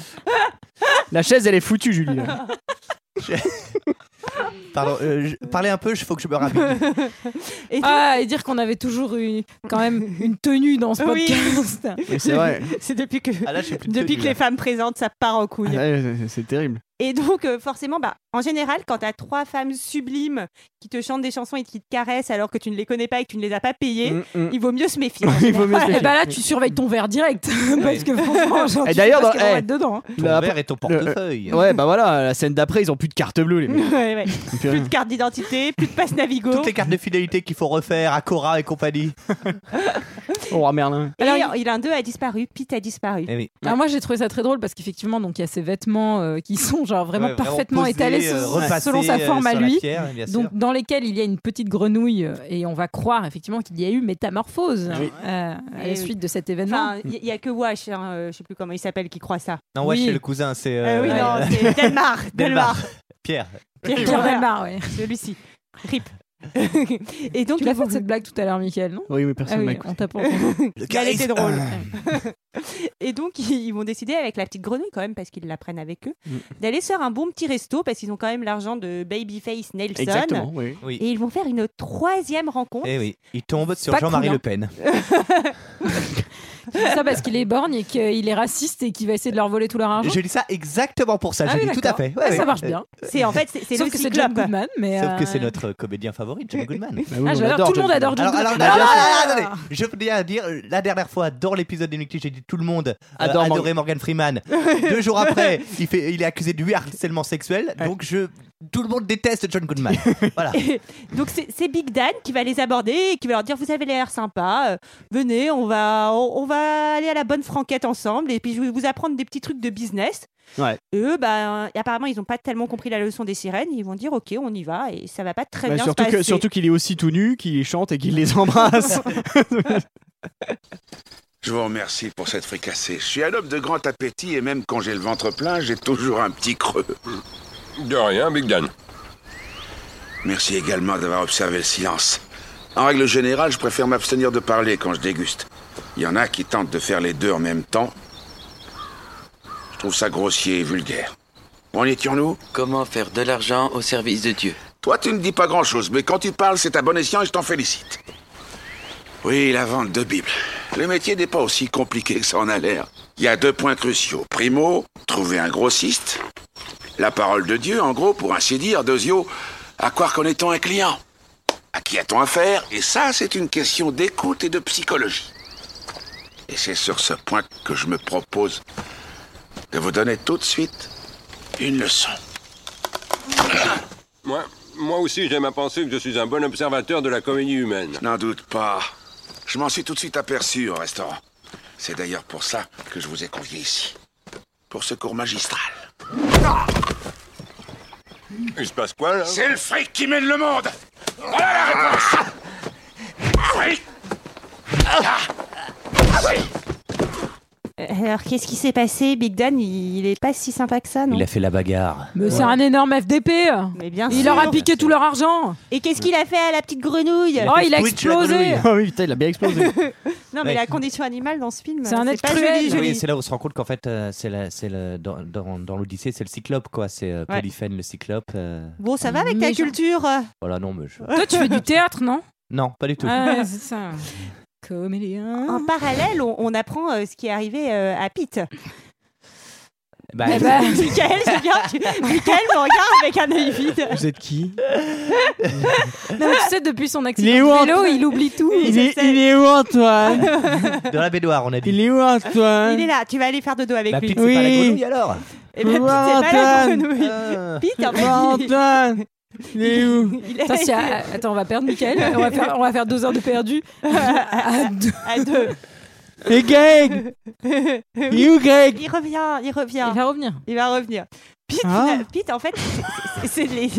La chaise, elle est foutue, Julie. là. pardon euh, je- parlez un peu, il faut que je me rappelle. Et Ah, et dire qu'on avait toujours eu quand même une tenue dans ce Oui. podcast. Mais c'est vrai. c'est depuis que. Ah, là, je suis plus Depuis tenu, que là. les femmes présentes, ça part en couille. Ah Ah Ouais, c'est- C'est terrible. Et donc, euh, forcément, bah, en général, quand t'as trois femmes sublimes qui te chantent des chansons et qui te caressent alors que tu ne les connais pas et que tu ne les as pas payées, Mm, mm. il vaut mieux se méfier. Il vaut mieux se Et méfier. bah là, tu surveilles ton verre direct. parce que franchement, genre, Et tu sais d'ailleurs, pas dans- ce qu'ils vont eh. mettre dedans. hein. Ton La- verre et ton le- portefeuille. Ouais, bah voilà, la scène d'après, ils ont plus de carte bleue, les mecs. Ouais, ouais. Ils ont plus Plus rien. de carte d'identité, plus de passe Navigo. Toutes les cartes de fidélité qu'il faut refaire, Acora et compagnie. Au roi Oh, ah, Merlin. Et Alors, il y en a un d'eux a disparu, Pete a disparu. Eh oui. Alors moi j'ai trouvé ça très drôle parce qu'effectivement donc il y a ces vêtements euh, qui sont genre vraiment Ouais, parfaitement posé, étalés euh, selon- repassé, selon sa euh, forme à sur la lui. pierre, bien sûr. Donc dans lesquels il y a une petite grenouille euh, et on va croire effectivement qu'il y a eu métamorphose Oui. euh, à Et la oui. suite de cet événement. Enfin, il n'y a que Wash, hein, euh, je sais plus comment il s'appelle, qui croit ça. non, ouais, oui. Eh c'est le cousin, c'est euh, Euh, oui, ouais, non, euh, c'est Delmar. Delmar. Delmar. Pierre. Pierre Pierre Delmar, Belmar, ouais. Celui-ci. Rip. et donc, Tu l'as ils vont- fait cette blague tout à l'heure Michael, non Oui, mais Ah personne m'a oui, écouté. en tapant. Le Mais elle était charisme. drôle. et donc, ils ils vont décider avec la petite grenouille quand même, parce qu'ils la prennent avec eux, Mm. d'aller se faire un bon petit resto, parce qu'ils ont quand même l'argent de Babyface Nelson. Exactement, oui. Et ils vont faire une troisième rencontre. Eh oui, il tombe sur pas Jean-Marie cool, hein. Le Pen. ça parce qu'il est borgne et qu'il est raciste et qu'il va essayer de leur voler tout leur argent. Je dis ça exactement pour ça, Ah je oui, dis tout à d'accord. fait. Ouais, Ah, ouais. ça marche bien. C'est en fait, c'est c'est Sauf le que c'est John cyclope. Goodman, mais Sauf que euh, c'est notre comédien favori, John Goodman. Bah oui, Ah, on je l'adore, tout le John monde adore John Alors, Goodman. alors, Ah, alors, ah, alors, attendez, je voulais à dire, euh, la dernière fois, dans l'épisode d'Inutile, j'ai dit tout le monde euh, Adore Morgan- adorait Morgan Freeman. Deux jours après, il, fait, il est accusé de huit harcèlement sexuel, donc je, tout le monde déteste John Goodman. Voilà. Donc c'est c'est Big Dan qui va les aborder et qui va leur dire vous avez l'air sympa, euh, venez, on va on, on va va aller à la bonne franquette ensemble et puis je vais vous apprendre des petits trucs de business. Ouais. Et eux, bah, apparemment, ils n'ont pas tellement compris la leçon des sirènes. Ils vont dire, ok, on y va et ça va pas très Ben, Bah, bien surtout se passer. que- surtout qu'il est aussi tout nu, qu'il les chante et qu'il les embrasse. Je vous remercie pour cette fricassée. Je suis un homme de grand appétit et même quand j'ai le ventre plein, j'ai toujours un petit creux. De rien, Big Dan. Merci également d'avoir observé le silence. En règle générale, je préfère m'abstenir de parler quand je déguste. Il y en a qui tentent de faire les deux en même temps. Je trouve ça grossier et vulgaire. En étions-nous Comment faire de l'argent au service de Dieu Toi, tu ne dis pas grand-chose, mais quand tu parles, c'est à bon escient et je t'en félicite. Oui, la vente de Bible. Le métier n'est pas aussi compliqué que ça en a l'air. Il y a deux points cruciaux. Primo, trouver un grossiste. La parole de Dieu, en gros, pour ainsi dire, Dosio, à quoi reconnaît-on un client À qui a-t-on affaire Et ça, c'est une question d'écoute et de psychologie. Et c'est sur ce point que je me propose de vous donner tout de suite une leçon. Moi, moi aussi, j'aime à penser que je suis un bon observateur de la comédie humaine. N'en doute pas. Je m'en suis tout de suite aperçu au restaurant. C'est d'ailleurs pour ça que je vous ai convié ici. Pour ce cours magistral. Il se passe quoi, là C'est le fric qui mène le monde Voilà la réponse Fric Ah Oui Alors, qu'est-ce qui s'est passé Big Dan, il n'est pas si sympa que ça, non Il a fait la bagarre. Mais c'est un énorme FDP. Mais bien Il sûr. leur a piqué tout leur argent. Et qu'est-ce qu'il a fait à la petite grenouille Oh, il a explosé. Ah oui, putain, il a bien explosé. Non, mais Ouais. la condition animale dans ce film, C'est un être pas cruel. joli, joli. Oui, c'est là où on se rend compte qu'en fait, euh, c'est la- c'est le- dans, dans- dans l'Odyssée, c'est le cyclope, quoi. C'est euh, Ouais. Polyphène, le cyclope. euh, Bon, ça va avec ta Mais je- culture Voilà, non, mais je- Toi, tu fais du théâtre, non Non, pas du tout. Ouais, c'est ça. Euh, Comélien. En parallèle, on, on apprend euh, ce qui est arrivé euh, à Pete. Bah, Eh ben, Michael, c'est bien. tu- Michael me regarde avec un œil vide. Vous êtes qui Non, mais tu sais, depuis son accident Il est où, de vélo, Antoine il oublie tout. il, est, il est où Antoine Dans la baignoire, on a dit. Il est où Antoine Il est là, tu vas aller faire de dos avec La lui. pite, c'est pas la Oui. grenouille alors Et ben, Pete, c'est Voir pas la Antoine. grenouille. Euh, Ah. Pete, en fait, Voir il- Antoine Il est où il a Attends, si, été ah, attends, on va perdre Michael. On va faire, on va faire deux heures de perdu. Ah, À deux. euh, à deux. Et Greg Il est où Greg Il revient, il revient. Il va revenir. Il va revenir. Pete, Ah. il a- Pete, en fait, c'est- c'est c'est les,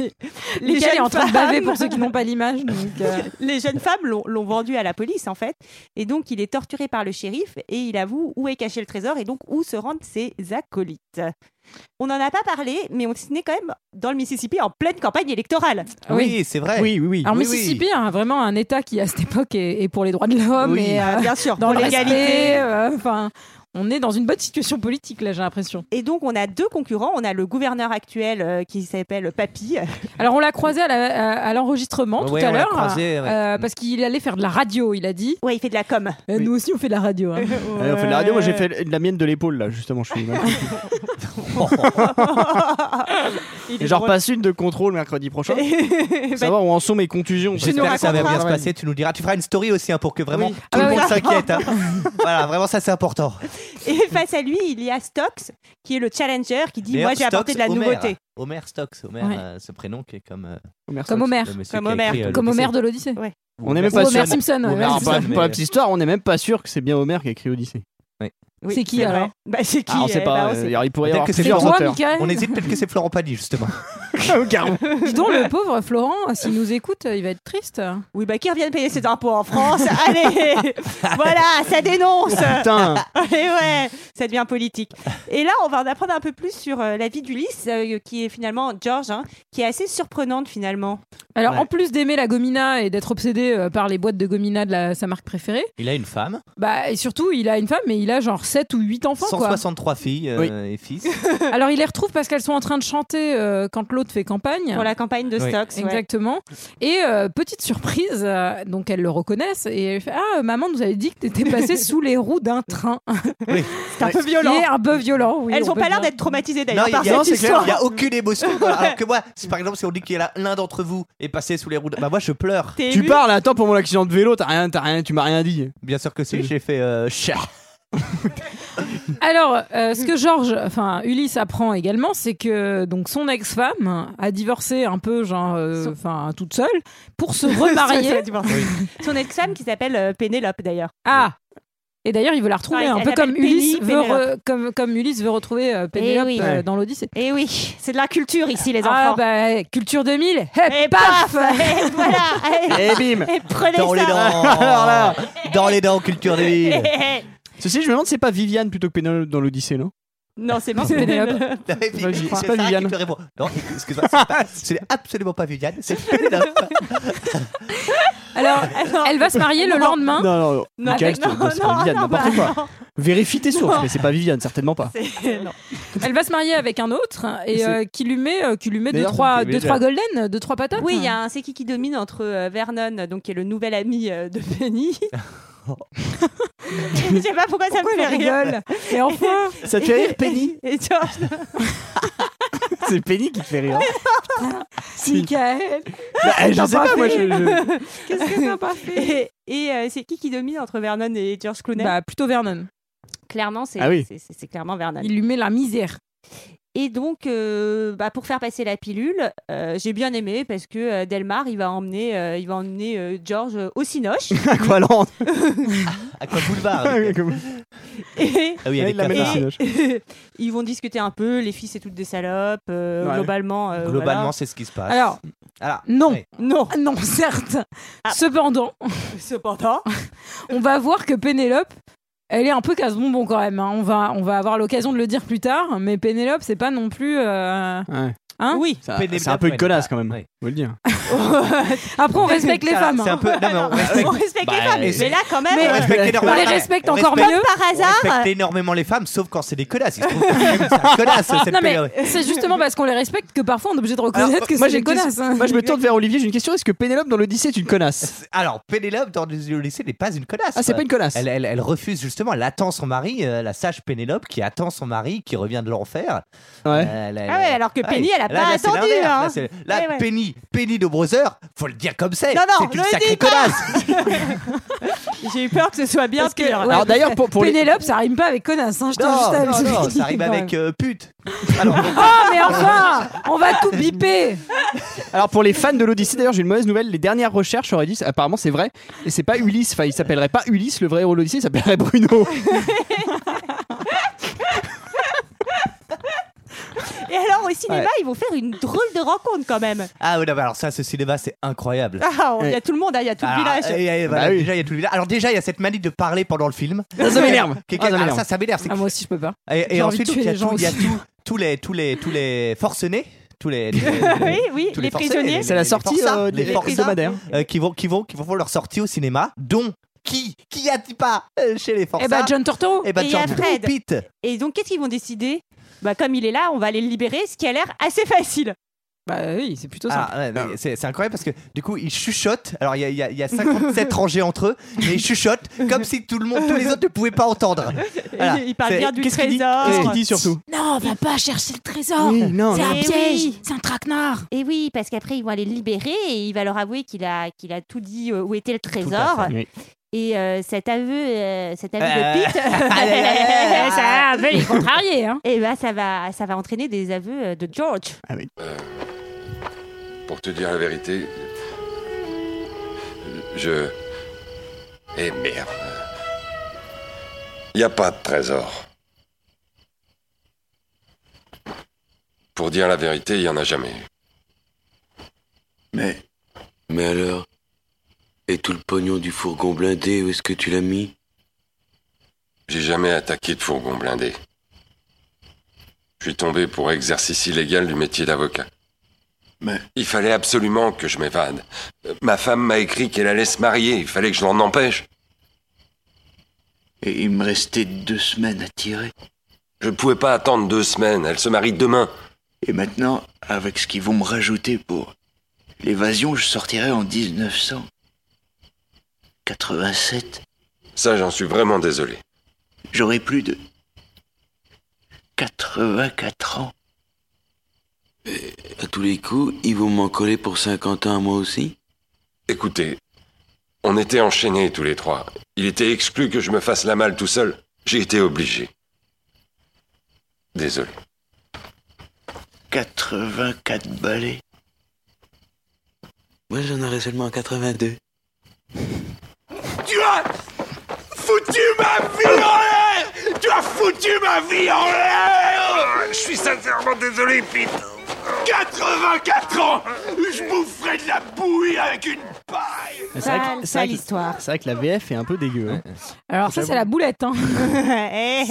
les Michael est jeunes en train de baver femmes- pour ceux qui n'ont pas l'image. donc, euh, les jeunes femmes l'ont- l'ont vendu à la police en fait et donc il est torturé par le shérif et il avoue où est caché le trésor et donc où se rendent ses acolytes. On n'en a pas parlé mais on est quand même dans le Mississippi en pleine campagne électorale. Euh, Oui. Ah, Oui, c'est vrai. Oui, oui, oui. Alors, Oui, Mississippi, hein, vraiment un état qui, à cette époque, est, est pour les droits de l'homme Oui. et euh, Bien sûr, dans pour le respect. l'égalité. euh, Enfin, on est dans une bonne situation politique, là, j'ai l'impression. Et donc on a deux concurrents, on a le gouverneur actuel euh, qui s'appelle Papy. Alors on l'a croisé à la- à à l'enregistrement tout Ouais, à on l'a l'heure, croisé, ouais. euh, parce qu'il allait faire de la radio, il a dit. Ouais, il fait de la com. Eh, Nous aussi on fait de la radio. hein. Allez, on fait de la radio, moi j'ai fait de la mienne de l'épaule là, justement, je suis mal. Il est Et j'en drôle. repasse une de contrôle mercredi prochain. Bah, Pour savoir où en sont mes contusions. parce nous J'espère que ça va raconteras. bien se passer, tu nous diras. Tu feras une story aussi hein, pour que vraiment Oui. tout Ah le bah monde oui. s'inquiète. hein. voilà, vraiment, ça c'est important. et face à lui, il y a Stokes qui est le challenger qui dit D'ailleurs, moi j'ai apporté Stokes, de la Homer. nouveauté. Homer Stokes, Homer, Ouais. euh, ce prénom qui est comme. euh, que- Homer Comme Simpson. Homer, le monsieur Comme qui a Homer. écrit, euh, comme l'Odyssée. Homer de l'Odyssée. On n'est même Ou pas Homer sûr. Simpson. ouais, Homer Ah, Homer Simpson. pour la- Simpson. pour la petite histoire, on n'est même pas sûr que c'est bien Homer qui a écrit Odyssée. Oui, C'est qui, vrai. alors Bah, C'est qui Ah, on sait eh pas. bah, on euh, sait alors, il pourrait y Peut-être avoir que c'est plusieurs toi, auteurs. Michael. On hésite peut-être que c'est Florent Pagny justement. Au garrot. Dis donc le pauvre Florent, euh, s'il nous écoute, il va être triste. Oui, bah qui reviennent payer ses impôts en France Allez Voilà, ça Ah, dénonce Putain. Allez, ouais Ça devient politique. Et là, on va en apprendre un peu plus sur euh, la vie d'Ulysse, euh, qui est finalement George, hein, qui est assez surprenante finalement. Alors Ouais. en plus d'aimer la gomina et d'être obsédé euh, par les boîtes de gomina de la- sa marque préférée, Il a une femme, bah et surtout il a une femme mais il a genre 7 ou 8 enfants quoi. 163 filles euh, et fils. Alors il les retrouve parce qu'elles sont en train de chanter euh, quand l'autre fait campagne. Pour la campagne de Oui. Stokes. ouais. Exactement. Et euh, petite surprise, euh, donc elles le reconnaissent et elle fait Ah, maman nous avait dit que t'étais passé sous les roues d'un train. C'est un peu violent. Et un peu violent. oui, Elles on n'ont peut pas l'air le dire. d'être traumatisées Non, d'ailleurs il par y a, cette c'est clair, histoire. il y a aucune émotion. quoi. Alors que moi, si par exemple, si on dit qu'il y a l'un d'entre vous est passé sous les roues, de- bah moi je pleure. T'es Tu ému parles, attends pour mon accident de vélo, t'as rien, t'as rien, tu m'as rien dit. Bien sûr que si, j'ai fait euh, chat. Alors, euh, ce que Georges, enfin Ulysse apprend également, c'est que donc son ex-femme a divorcé un peu, genre, euh, enfin toute seule, pour se remarier. Son ex-femme qui s'appelle euh, Pénélope d'ailleurs. ah, Et d'ailleurs, il veut la retrouver, Ouais, un elle peu comme s'appelle Ulysse, Penny, veut re- Pénélope. Eh comme, comme Ulysse veut retrouver euh, Pénélope oui. euh, Ouais. dans l'Odyssée. Et Eh oui, c'est de la culture ici, les enfants. Ah bah, culture Eh, 2000, hé, paf, Et voilà Et bim Et prenez Eh, ça Dans Eh, les dents Alors là. Dans les dents, culture de ville Ceci, je me demande, c'est pas Viviane plutôt que Pénélope dans l'Odyssée, non Non, c'est Non, pas c'est Pénélope. Ouais, j'y crois. C'est Sarah pas qui Viviane. te répond. Non, excuse-moi, c'est pas- c'est absolument pas Viviane, c'est Pénélope. Alors, eh, elle va se marier le lendemain. Non, non, non. Non, Michael, avec- je te- non, c'est pas non, Viviane, non, n'importe bah, quoi. Vérifie tes sources, Non. mais c'est pas Viviane, certainement pas. Eh, Elle va se marier avec un autre et C'est- euh, qui lui met, euh, qui lui met deux D'ailleurs, trois, c'est- deux trois golden, deux trois patates. hein. Oui, il y a un c'est qui qui domine entre euh, Vernon, donc qui est le nouvel ami euh, de Penny. Je sais pas pourquoi, ça me Pourquoi fait elle rire. rigole Et enfin, Bah, Ça te fait rire, Penny Et George, C'est Penny qui te fait rire. si Kael. Bah, eh, je sais Ah, pas, moi, je- je- Qu'est-ce que t'as pas fait Et, et, euh, c'est qui qui domine entre Vernon et George Clooney Bah plutôt Vernon. Clairement, c'est Ah oui. c'est- c'est- c'est clairement Vernon. Il lui met la misère. Et donc, euh, bah, pour faire passer la pilule, euh, j'ai bien aimé parce que euh, Delmar, il va emmener, euh, il va emmener euh, George euh, au Cinoche. À quoi l'an À quoi boulevard Ah avec- Et- Ah oui, avec la la mettre au part. Cinoche. et- ils vont discuter un peu. Les filles, c'est toutes des salopes. euh, Ouais. Globalement, euh, Globalement, voilà. c'est ce qui se passe. Alors, Alors, non, ouais. non, Ah, non, certes. Cependant, cependant, on va voir que Pénélope, elle est un peu casse-bonbon quand même. hein. On va, on va avoir l'occasion de le dire plus tard. Mais Pénélope, c'est pas non plus. euh, Ouais. Hein Oui. Ça- Pénélope, euh, C'est un peu une ouais, connasse bah, quand même, ouais. faut le dire. Après, on respecte les Ça, femmes. C'est un hein. peu. Non, mais on respecte. on respecte Bah, les femmes. mais Mais, c'est- là, quand même, Mais- on euh, respecte énormément les femmes. respecte On encore respecte- mieux. par hasard, On respecte énormément les femmes, sauf quand c'est des connasses. Il se trouve que c'est une connasse, cette Non Pénélope. mais c'est justement parce qu'on les respecte que parfois on est obligé de reconnaître Alors, que moi, c'est j'ai des une question- connasses. hein. Moi, je me tourne vers Olivier, j'ai une question. Est-ce que Pénélope dans l'Odyssée est une connasse Alors, Pénélope, dans le lycée, n'est pas une connasse. Ah, c'est pas une connasse. Elle, elle- elle refuse justement, elle attend son mari, euh, la sage Pénélope qui attend son mari qui revient de l'enfer. Ouais. Euh, elle- elle- Ah ouais, alors que Penny, elle a Là, pas là, c'est attendu, l'inverse. hein. Là, c'est- là, Ouais, ouais. Penny, Penny de Brother, faut le dire comme c'est. Non, non, c'est une le sacrée dis pas. connasse. j'ai eu peur que ce soit bien Parce que- pire. ouais, Alors d'ailleurs, pour, pour les- Pénélope, ça rime pas avec connasse. hein, je tiens Non, juste à le non, non, souligner, ça rime quand avec même. euh, pute. Alors, donc, Oh mais enfin, on va tout biper. Alors pour les fans de l'Odyssée, d'ailleurs, j'ai une mauvaise nouvelle. Les dernières recherches auraient dit, apparemment, c'est vrai, et c'est pas Ulysse. Enfin, il s'appellerait pas Ulysse, le vrai héros de l'Odyssée, il s'appellerait Bruno. Et alors, au cinéma, Ouais. ils vont faire une drôle de rencontre quand même. ah oui, non, mais alors ça, ce cinéma, c'est incroyable. Ah, on- il y Ouais. a tout le monde, hein, il y a tout Alors, le village. eh, eh, voilà, Bah oui. déjà, il y a tout le village. Alors déjà, il y a cette manie de parler pendant le film. Ça, ça m'énerve. Quelqu'un- Ah, ça ah, m'énerve. ça, ça m'énerve. c'est Ah, moi aussi, je peux pas. Et, et J'ai envie de ensuite, tuer il y a, les gens tout- il y a aussi. tout- tous les tous les tous les forcenés, tous les, tous les- Ah Oui, oui, tous les forcenés, prisonniers. C'est la sortie forçats, euh, les des forçats, hebdomadaires. euh, qui vont qui vont qui vont faire leur sortie au cinéma, dont qui qui a-t-il pas euh, chez les forçats Eh ben John Torto. Eh ben, Et il y a John Fred. Pete. Et donc, qu'est-ce qu'ils vont décider bah, Comme il est là, on va aller le libérer, ce qui a l'air assez facile. Bah oui, c'est plutôt ça. Ah, ouais, mais c'est c'est incroyable parce que du coup ils chuchotent. Alors il y a, il y a- il y a 57 rangées entre eux, mais ils chuchotent comme si tout le monde, tous les autres ne pouvaient pas entendre. Voilà. Il parle C'est- bien du qu'est-ce qu'il dit trésor. Qu'est-ce qu'il dit surtout Non, va pas chercher le trésor. Oui, non, C'est non. un Eh piège. oui. C'est un traquenard. Et Eh oui, parce qu'après, ils vont aller le libérer et il va leur avouer qu'il a, qu'il a tout dit euh, où était le trésor. Oui. Et euh, cet aveu, euh, cet aveu Euh, de Pete, aïe, aïe, aïe, aïe. ça veut les contrarier. Hein. eh ben, ça, va, ça va entraîner des aveux euh, de George. Pour te dire la vérité, je... Eh merde. Il n'y a pas de trésor. Pour dire la vérité, il n'y en a jamais eu. Mais Mais alors Et tout le pognon du fourgon blindé, où est-ce que tu l'as mis J'ai jamais attaqué de fourgon blindé. Je suis tombé pour exercice illégal du métier d'avocat. Mais- Il fallait absolument que je m'évade. Euh, Ma femme m'a écrit qu'elle allait se marier, il fallait que je l'en empêche. Et il me restait deux semaines à tirer. Je ne pouvais pas attendre deux semaines, elle se marie demain. Et maintenant, avec ce qu'ils vont me rajouter pour l'évasion, je sortirai en 1987. Ça, j'en suis vraiment désolé. J'aurai plus de 84 ans. Euh, À tous les coups, ils vont m'en coller pour 50 ans à moi aussi Écoutez, on était enchaînés tous les trois. Il était exclu que je me fasse la malle tout seul. J'ai été obligé. Désolé. 84 balais. Moi, j'en aurais seulement 82. Tu vas foutre foutu ma vie en l'air Tu as foutu ma vie en l'air Ah, Je suis sincèrement désolé, Pete. 84 ans Je boufferai de la bouillie avec une paille C'est vrai que- c'est vrai que- C'est vrai que la VF est un peu dégueu. hein. Alors ça, c'est la boulette. Hein.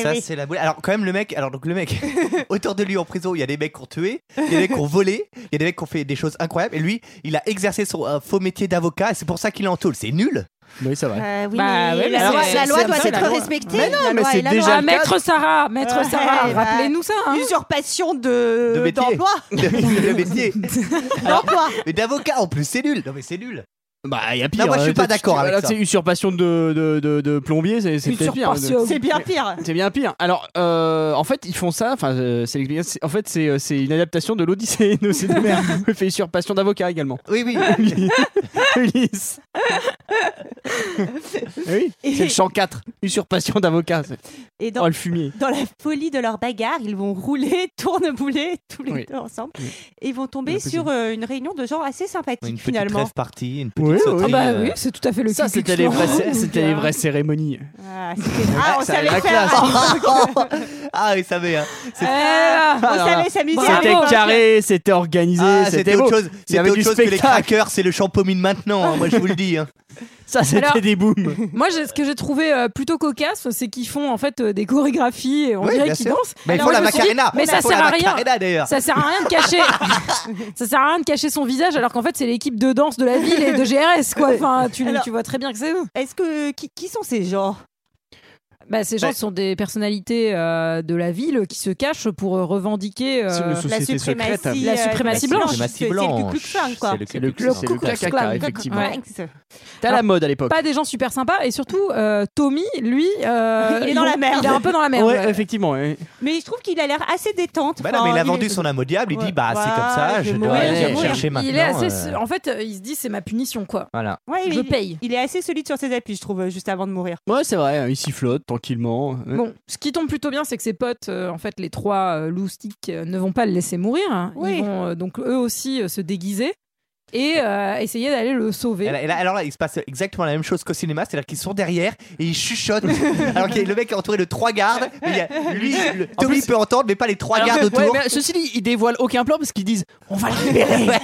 Ça, c'est la boule. Alors, quand même, le mec, alors donc le mec, autour de lui en prison, il y a des mecs qui ont tué, il y a des mecs qui ont volé, il y a des mecs qui ont fait des choses incroyables, et lui, il a exercé son euh, faux métier d'avocat, et c'est pour ça qu'il est en tôle. C'est nul! Oui, c'est vrai. Euh, oui, Bah, mais ouais, mais la, loi, c'est- la c'est loi doit absurde, la être loi. respectée. Mais non, la mais loi c'est est la déjà loi. le Ah, Maître cadre. Sarah, Maître Sarah, rappelez-nous ça, hein. Usurpation de De métier. d'emploi. le métier! D'emploi. Mais d'avocat en plus, c'est nul! Non, mais c'est nul! Bah, il y a pire. moi, je suis euh, pas tu- d'accord tu- avec là, ça. C'est usurpation de, de, de, de plombier, c'est c'est peut-être pire. Usurpation. C'est bien Mais- pire. C'est bien pire. Alors, euh, en fait, ils font ça. Enfin, euh, c'est l'explication- c'est- En fait, c'est euh, c'est une adaptation de l'Odyssée. Nos cinémas. Il fait usurpation d'avocat également. Oui, oui. Ulysse. Eh oui, c'est le champ 4. Usurpation d'avocat. c'est- Et dans, Oh, le fumier. dans la folie de leur bagarre, ils vont rouler, tournebouler tous les Oui. deux ensemble. Oui. Et ils vont tomber Le petit. sur euh, une réunion de gens assez sympathique Une petite finalement. rêve partie, une petite Oui, oui. sauterie, Ah bah euh, oui, C'est tout à fait le Ça, Ku Klux c'était les, Klan. vraies- c'était les vraies cérémonies. Ah, c'était- Ah, on Ça avait savait la faire. classe. ah, il savait. Hein. Eh, C'est- on Alors là, savait s'amuser. C'était avant. carré, c'était organisé, Ah, c'était c'était beau. autre chose, Il y c'était avait autre du chose que les spectacle. crackers, c'est le champomine maintenant, hein, moi je vous le dis. hein. Ça, Alors- c'était des booms. Moi, j'ai- ce que j'ai trouvé euh, plutôt cocasse, c'est qu'ils font en fait euh, des chorégraphies et on Oui, dirait bien qu'ils sûr. dansent. Mais ils Alors, font je la me suis Macarena. mais ça Ils font la sert à rien. Macarena, d'ailleurs. Ça sert à rien de cacher. ça sert à rien de cacher son visage alors qu'en fait, c'est l'équipe de danse de la ville et de GRS quoi. Enfin, tu, Alors- tu vois très bien que c'est eux. Est-ce que qui, qui sont ces gens Bah, ces gens Ouais. sont des personnalités euh, de la ville qui se cachent pour euh, revendiquer euh, C'est une société la suprématie, secrète. euh, La suprématie blanche. blanche. C'est- C'est le Ku Klux Klan, quoi. C'est le Klux c'est le Klux caca, Klan. effectivement. Ouais. T'as la mode à l'époque. Pas des gens super sympas et surtout euh, Tommy, lui, euh, Il est dans la merde. Il est un peu dans la merde. Ouais, ouais. effectivement. ouais. Mais je trouve qu'il a l'air assez détente. Bah non, mais il a Enfin, vendu son âme au diable, il Ouais. dit bah c'est Ouais, comme ça, je je vais dois mourir, je vais aller mourir. chercher maintenant. Il est assez. euh, En fait, euh, il se dit c'est ma punition quoi. Voilà. Ouais, Je il, paye. Il est assez solide sur ses appuis, je trouve, juste avant de mourir. Ouais, c'est vrai, hein, il sifflote tranquillement. Mm. Bon, ce qui tombe plutôt bien, c'est que ses potes, euh, en fait, les trois euh, loustiques, euh, ne vont pas le laisser mourir. hein. Oui. Ils vont euh, donc eux aussi euh, se déguiser et euh, essayer d'aller le sauver. Et là- et là- alors là, il se passe exactement la même chose qu'au cinéma, c'est-à-dire qu'ils sont derrière et ils chuchotent. alors que le mec est entouré de trois gardes, mais il y a- lui, le- Tommy peut entendre, mais pas les trois gardes autour. Ouais, mais ceci dit, ils dévoilent aucun plan parce qu'ils disent on va le libérer.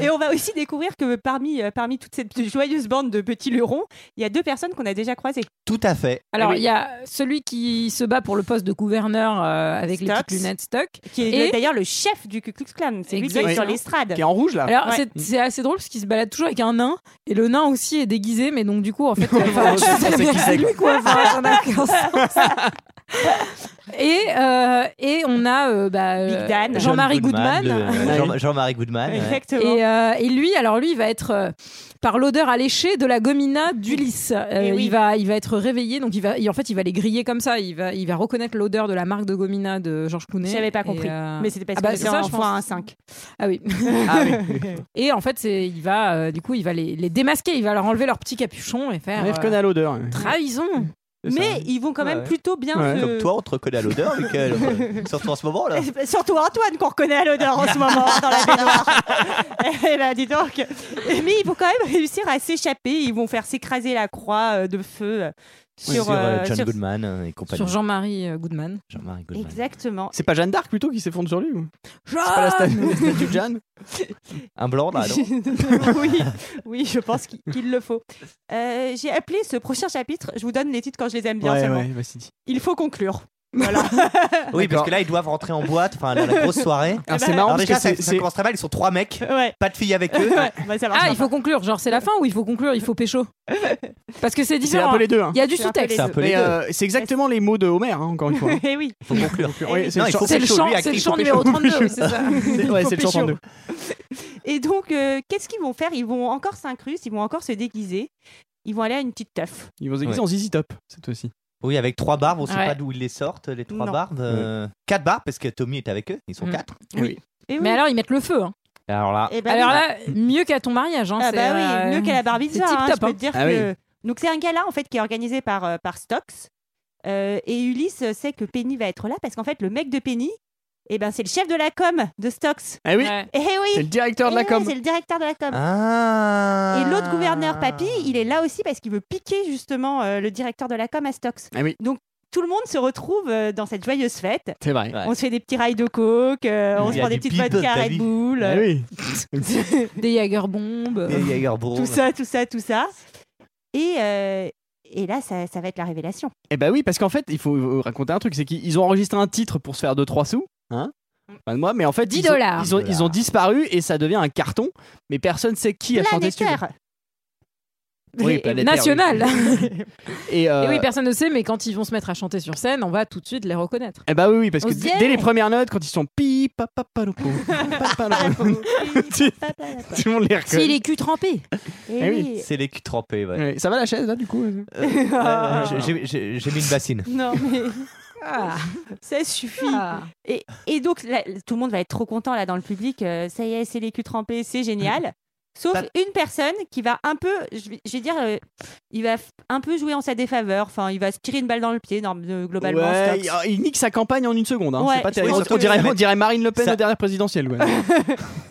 Et on va aussi découvrir que parmi, euh, parmi toute cette joyeuse bande de petits lurons, il y a deux personnes qu'on a déjà croisées. Tout à fait. Alors, Eh il oui. y a celui qui se bat pour le poste de gouverneur euh, avec les Stocks. petites lunettes Stock. Qui est Et- d'ailleurs le chef du Ku Klux Klan. C'est lui qui est Exactement. sur l'estrade. Qui est en rouge là. Alors, Ouais. Mm. c'est- c'est assez drôle parce qu'il se balade toujours avec un nain et le nain aussi est déguisé, mais donc du coup, en fait, euh, enfin, Je sais c'est qui c'est, lui quoi. Enfin, ça n'a aucun sens. Et, euh, et on a euh, bah, euh, Big Dan. Jean-Marie Goodman. de- euh, Jean- Jean-Marie Goodman. ouais. Exactement. Et, euh, et lui, alors lui, il va être euh, par l'odeur alléchée de la gomina d'Ulysse. Euh, Eh oui. Il va, il va être réveillé. Donc il va, il- en fait, il va les griller comme ça. Il va, il va reconnaître l'odeur de la marque de gomina de Georges Clooney. J'avais pas Et, compris. euh, Mais c'était parce ah bah, que c'est c'est ça, un je pense. point à 5. Ah oui. Ah oui. et en fait, c'est, il va, euh, du coup, il va les, les démasquer. Il va leur enlever leur petit capuchon et faire On les euh, reconnaît à l'odeur. trahison. C'est ça. Mais ils vont quand même Ouais. plutôt bien. Ouais. se- Comme toi, on te reconnaît à l'odeur, Michael. Euh, Surtout en ce moment là. Surtout Antoine qu'on reconnaît à l'odeur en ce moment dans la baignoire. Eh ben, dis donc. Mais ils vont quand même réussir à s'échapper. Ils vont faire s'écraser la croix euh, de feu euh, sur, Oui, sur euh, euh, John sur- Goodman euh, et compagnie. Sur Jean-Marie euh, Goodman. Jean-Marie Goodman. Exactement. C'est pas Jeanne d'Arc plutôt qui s'effondre sur lui ou Jean C'est pas la statue, la statue de Jeanne Un blanc là, Bah, non oui, oui, je pense qu'il qu'il le faut. Euh, J'ai appelé ce prochain chapitre. Je vous donne les titres quand je les aime bien. Ouais, bah, seulement. ouais, vas-y. dis. Il faut conclure. Voilà. Oui, parce D'accord. que là, ils doivent rentrer en boîte, enfin, dans la grosse soirée. Alors, Ah, c'est marrant Alors, parce déjà, que ça, c'est- ça c'est- commence très mal, ils sont trois mecs, Euh, ouais. pas de filles avec eux. Ouais, bah, ça marche Ah, pas. il faut conclure. Genre, c'est la fin ou il faut conclure Il faut pécho Parce que c'est c'est différent. un peu les deux. hein. Il y a du C'est un peu les sous-texte. C'est un peu les Mais, deux. euh, c'est exactement les mots de Homer, hein, encore une fois. Eh oui. Faut conclure. Ouais, c'est Non, le il champ- faut C'est le pécho, chant, lui, a c'est crié, le il faut chant pécho. numéro 32, oui, c'est ça. C'est- ouais, c'est le Faut pécho. chanson de. Et donc, euh, qu'est-ce qu'ils vont faire Ils vont encore s'incrustes, ils vont encore se déguiser. Ils vont aller à une petite teuf. Ils vont se déguiser Ouais. en Zizi Top cette fois-ci. Oui, avec trois barbes, on sait Ouais. pas d'où ils les sortent, les trois Non. barbes. euh, Quatre barbes, parce que Tommy est avec eux, ils sont Mm. quatre. Et Eh oui. Mais alors, ils mettent le feu. hein. Et Alors là, Eh ben Alors oui. là, mieux qu'à ton mariage. Hein, Ah c'est, bah oui, euh, mieux qu'à la Barbizza, c'est hein, tip-top, je peux hein. te dire Ah que... Donc c'est un gala en fait qui est organisé par, euh, par Stocks. Euh, et Ulysse sait que Penny va être là parce qu'en fait le mec de Penny Eh ben, c'est le chef de la com de Stocks. Eh oui. Eh oui. C'est le directeur de Eh la oui, com. C'est le directeur de la com. Ah. Et l'autre gouverneur, Papy, il est là aussi parce qu'il veut piquer justement euh, le directeur de la com à Stocks. Ah oui. Donc tout le monde se retrouve euh, dans cette joyeuse fête. C'est vrai. On se fait des petits rails de coke, euh, on Il se y a prend des du petites pipe, vodka t'as Red dit. Bull. Ah oui. des euh, Jagerbombes. Des Jägerbombes. Tout ça, tout ça, tout ça. Et, euh, et là, ça, ça va être la révélation. Eh bah oui, parce qu'en fait, il faut vous raconter un truc, c'est qu'ils ont enregistré un titre pour se faire 2-3 sous, hein Pas de moi, mais en fait, 10 ils ont, dollars. Ils ont, ils ont disparu et ça devient un carton, mais personne sait qui a chanté ce tube. Planétaire. Oui, Et- planétaire, national. oui. et, euh, Et oui, personne ne sait, mais quand ils vont se mettre à chanter sur scène, on va tout de suite les reconnaître. eh bah oui, oui, parce On que se dès dit, dès hey. les premières notes, quand ils sont pi pa pa pa lo, po, pa, pa, Ah, la, po, tu- tout le monde les reconnaît. S'il est cul trempé. Eh oui. C'est les culs trempés, ouais. Ouais, Ça va la chaise là, du coup Euh, Ah. ouais, Oh. j'ai- j'ai- J'ai j'ai mis une bassine. Non, mais. Ah. Ça suffit. Et, et donc, là, tout le monde va être trop content là dans le public. euh, ça y est, c'est les culs trempés, c'est génial. Sauf une personne qui va un peu, je vais, je vais dire, euh, il va f- un peu jouer en sa défaveur. Enfin, il va se tirer une balle dans le pied, norm- euh, globalement. Ouais, Stokes. il, il nique sa campagne en une seconde, hein, Ouais, c'est pas je terrible. pense on, que- dirait, on dirait Marine Le Pen Ça- au dernier présidentiel. Ouais.